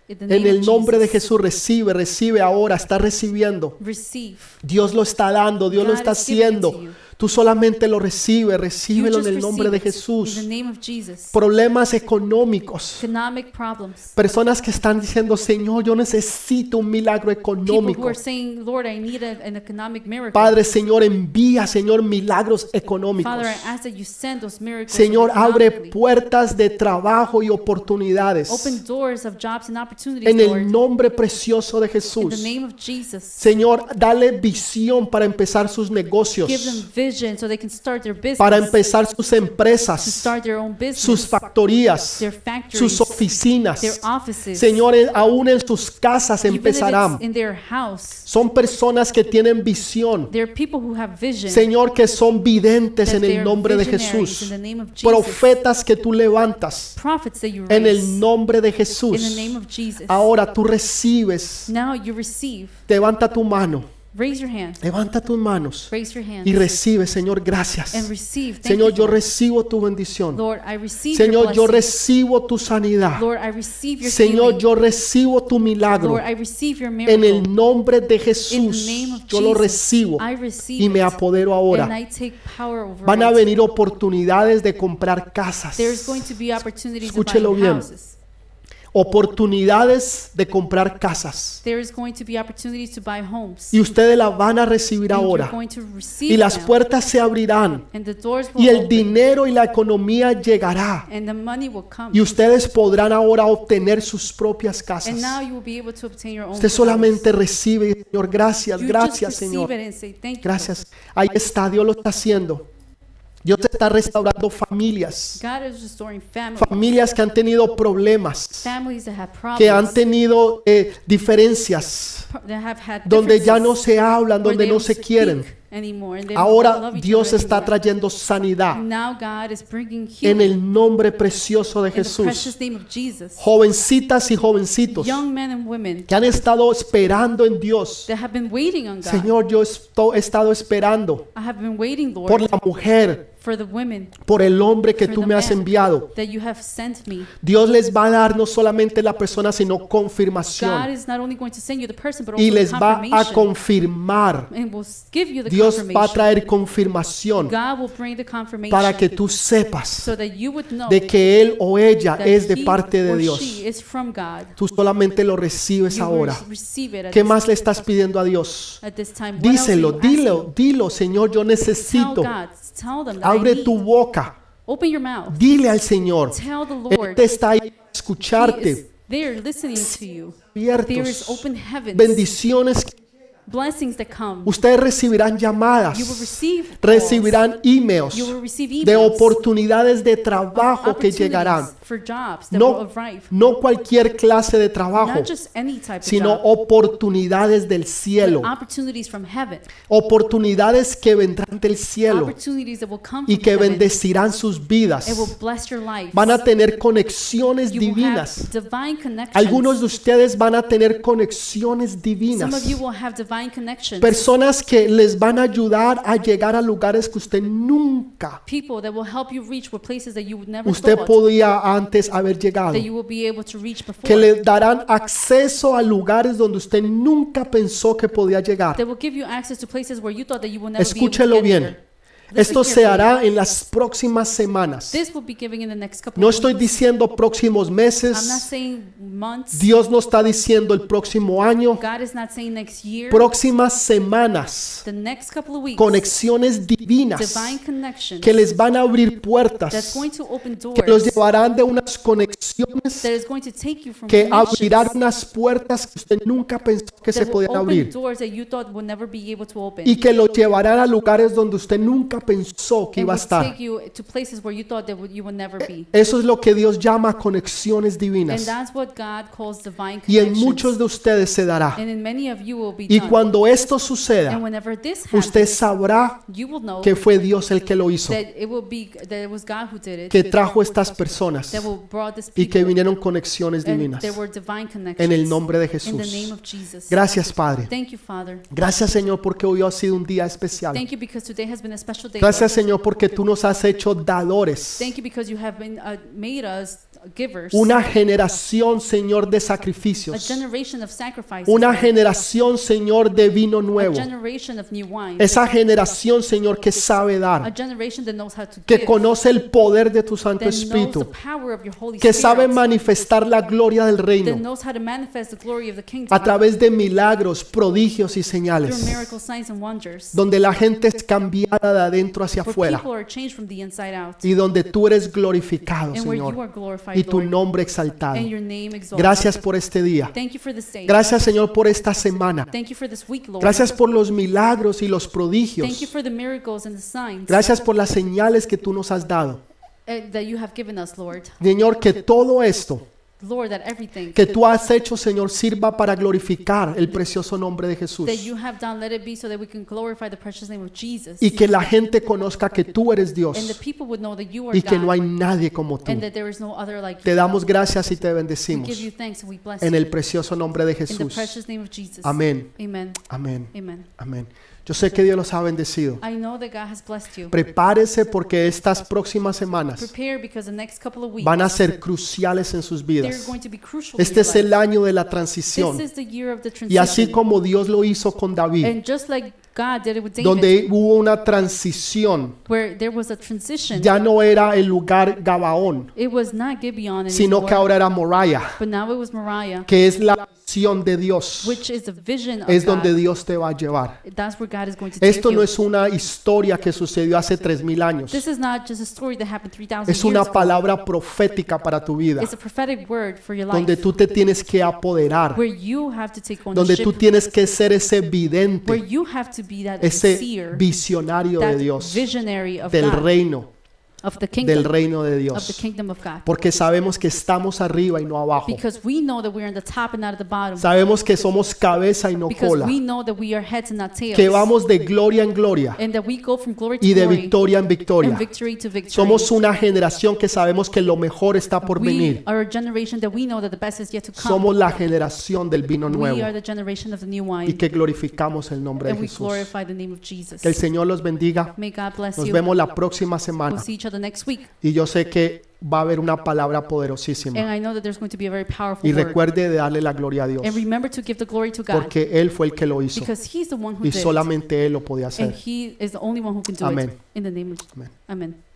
In the En name el of nombre de Jesus. Jesús recibe, recibe ahora, está recibiendo. Receive. Dios lo está dando, Dios lo está haciendo. Tú solamente lo recibes, You recíbelo en just el nombre é de receive it In Jesús. the name of Jesus. Problemas económicos. Economic problems. Personas que están diciendo, Señor, yo necesito un milagro People who económico. are saying, Lord, I need a- an economic miracle. Padre, Señor, envía, Señor, milagros Father, económicos. I ask that you send those miracles. Señor, abre economically. puertas de trabajo y Open oportunidades. doors of jobs and opportunities, En Lord. el nombre precioso de in the Jesús. name of Jesus. Señor, dale visión para empezar sus Give them negocios, vision so they can start their business. para empezar sus to empresas, start their own business. sus factorías, their factories. sus oficinas. their offices. Señor, en- aún en sus casas Even if it's empezarán. in their house. Son personas que tienen visión. There are people who have vision. Señor, que son videntes that en they el are nombre de visionaries Jesús. in the name of Jesus. Profetas que tú levantas Prophets that you en raise. el nombre de Jesús. in the name of Jesus. Ahora tú recibes. now you receive. Levanta tu mano. Raise your hand. Levanta tus manos. Raise your hand. Y recibe, Señor, gracias. and receive. Thank Señor, you, yo Lord. recibo tu bendición. Lord, I receive your Señor, yo blessing. recibo tu sanidad. Lord, I receive your Señor, healing. yo recibo tu milagro. Lord, I receive your miracle. En el nombre de In Jesús, the name of yo lo Jesus, recibo I receive y me it, apodero and ahora. I take power over Van a it. venir oportunidades de comprar casas, There's going to be opportunities Escúchelo of buying bien. houses. oportunidades de comprar casas. There is going to be opportunities to buy homes. Y ustedes las van a recibir And you're ahora. going to receive Y las them. puertas se abrirán. And the doors will Y el open. dinero y la economía llegará. And the money will come. Y ustedes podrán ahora obtener sus propias And now casas. you will be able to obtain your own. Usted solamente recibe, Señor. Gracias, properties. You gracias, just receive Señor. it and say, "Thank you, Gracias. Ahí está, Dios lo está haciendo. Dios está restaurando familias. Lord." God is restoring families, Familias que han tenido problemas, families that have problems, que han tenido eh, diferencias, pro- that have had donde ya no differences, se hablan, where donde they no don't se speak quieren. anymore, and they don't Ahora love each Dios other está anymore. trayendo sanidad Now God is bringing en healing el nombre precioso de in the Jesús. precious name of Jesus. Jovencitas y jovencitos Young men and women que han estado esperando en Dios. that have been waiting on God. Señor, yo esto- he estado esperando I have been waiting, Lord, por la mujer, for the women por el hombre que For tú the me has man. enviado. that you have sent me. Dios les va a dar no solamente la persona, sino God confirmación. is not only going to send you the person, but also Y the les va a confirmation, confirmar. and will give you the Dios va a confirmation. traer confirmación God will bring the confirmation para que tú sepas so that you would know de que Él o ella that es de he parte de or Dios. she is from God. Tú solamente lo recibes You will ahora. receive it at ¿Qué this- más le estás pidiendo a Dios? at this time. What else are Díselo, you asking? dilo, dilo, Señor, yo Tell necesito. God, tell them that I Abre need. tu boca. Open your mouth. Dile al Señor. Tell the Él Lord. te está ahí para He is escucharte. there listening to you. There is Abiertos. open heavens. Bendiciones que Blessings that come. Ustedes recibirán You will llamadas, receive calls. recibirán emails You will receive de emails, oportunidades de trabajo que opportunities llegarán. For jobs that will No, arrive. no cualquier clase de trabajo, Not just any type sino of job, oportunidades del cielo, but opportunities from heaven. oportunidades que vendrán del cielo Opportunities that will come y from que heaven. bendecirán sus vidas. It will bless your life. Van a tener conexiones You will divinas. have divine connections. Algunos de ustedes van a tener conexiones Some divinas. of you will have divine connections. Personas que les van a ayudar a llegar a lugares que usted nunca People that will help you reach were places that you would never usted thought podía antes haber llegado, that you will be able to reach before. que le darán acceso a lugares donde usted nunca pensó que podía They llegar. will give you access to places where you thought that you will never Escúchelo be able to get bien. there. Esto Listen se carefully. hará en las próximas semanas. This will be given in the next couple No of estoy weeks. diciendo próximos I'm not meses, saying months. Dios no está diciendo el próximo año, God is not saying next year. próximas semanas, The next couple of weeks. conexiones divinas divine connections que les van a abrir that's puertas, going to open doors. que los llevarán de unas conexiones that is going to take you from que connections abrirán unas puertas que usted nunca pensó que se that will podían open abrir doors that you thought would never be able to open. y que lo llevarán a lugares donde usted nunca nunca pensó que It iba a will estar. take you to places where you thought that you would never be. Eso es lo que Dios llama conexiones And divinas. that's what God calls divine Y en connections. muchos de ustedes se dará. and in many of you will be Y done. cuando esto and suceda, whenever this happens, usted sabrá you will know que fue Dios el que lo hizo, that it will be that it was God who did it. que trajo estas personas that will brought this y que people, vinieron conexiones and divinas. there were divine connections. En el nombre de in the name Jesús. of Jesus. Gracias, Padre. Thank you, Father. Gracias, Señor, porque hoy ha sido un día especial. Thank you because today has been a special day. Gracias, Lord. Señor, porque tú nos has hecho dadores. Thank you because you have been uh, made us givers. Una generación, Señor, de a sacrificios. generation of sacrifices. Una Lord. generación, Señor, de vino a nuevo. generation of new wine. Esa generación, Señor, que sabe a dar, generation that knows how to que give. conoce el poder de tu that Santo knows the Espíritu, power of your Holy que sabe Spirit. manifestar la gloria del that reino knows how to manifest the glory of the kingdom. a través de milagros, prodigios y through señales, miracles, signs, and wonders. donde la gente es cambiada de adentro hacia where afuera people are changed from the inside out. y donde tú eres glorificado, and where you are Señor, glorified, y tu Lord, nombre exaltado. and your name exalted. Gracias por este día. Thank you for this day. Gracias, Señor, por esta semana. Thank you for this week, Lord. Gracias por los milagros y los Thank you prodigios. for the miracles and the signs Gracias por las señales que tú nos has dado. eh, that you have given us, Lord. Señor, que todo esto Lord, that everything que tú has hecho, Señor, sirva para glorificar el precioso nombre de Jesús. that you have done, let it be so that we can glorify the precious name of Jesus. Y que la gente conozca que tú eres and the Dios people would know that you are y que God no hay nadie como tú. and that there is no other like Te you. damos gracias y te We give you bendecimos thanks and we bless en you. el precioso nombre de in the Jesús. precious name of Jesus. Amén, Amen. amén, Amen. amén. Yo sé que Dios los ha bendecido. I know that God has blessed you. Prepárese porque estas próximas semanas Prepare because the next couple of weeks van a ser cruciales en sus they're vidas. going to be crucial. in Este your es el life. año de la This transición. is the year of the Y así transition. como Dios lo hizo con David, And just like God did it with David, donde hubo una transición where there was a transition, ya no era el lugar Gabaón, it was not Gibeon sino anymore, que ahora era Moriah, but now it was Moriah, que es la visión de Dios, which is a vision of es donde God. Dios te va a llevar. That's where God is going to take Esto you. no es una historia que sucedió hace 3000 años. This is not just a story that happened 3,000 Es una years ago. palabra profética para tu vida, It's a prophetic word for your life, donde tú te tienes que apoderar, where you have to take donde ownership, tú tienes que ser ese where vidente, you have to be that ese seer, visionario that de Dios, visionary of del God, reino, of the del kingdom, reino de of the Dios, kingdom of God. porque sabemos que estamos arriba y no abajo. Because we know that we're in the top and not at the bottom. Sabemos que somos cabeza y no Because cola. we know that we are heads and not tails. que vamos de gloria en gloria and that we go from glory to y de glory victoria en and victoria. victory to victory. Somos una generación que sabemos que lo mejor está por we venir. are a generation that we know that the best is yet to come. Somos la generación del vino we nuevo are the generation of the new y wine. que glorificamos el nombre de And we Jesús. glorify the name of Jesus. Que el Señor los bendiga. May God bless Nos you. vemos la próxima We'll semana see each other next week. y yo sé que va a haber una palabra And poderosísima. I know that there's going to be a very powerful Y word. recuerde de darle la gloria a Dios And remember to give the glory to God. porque Él fue el que lo hizo Because He's the one who y did it. solamente Él lo podía And hacer. He is the only one who can do Amén. it. In the name of Amén. Amen.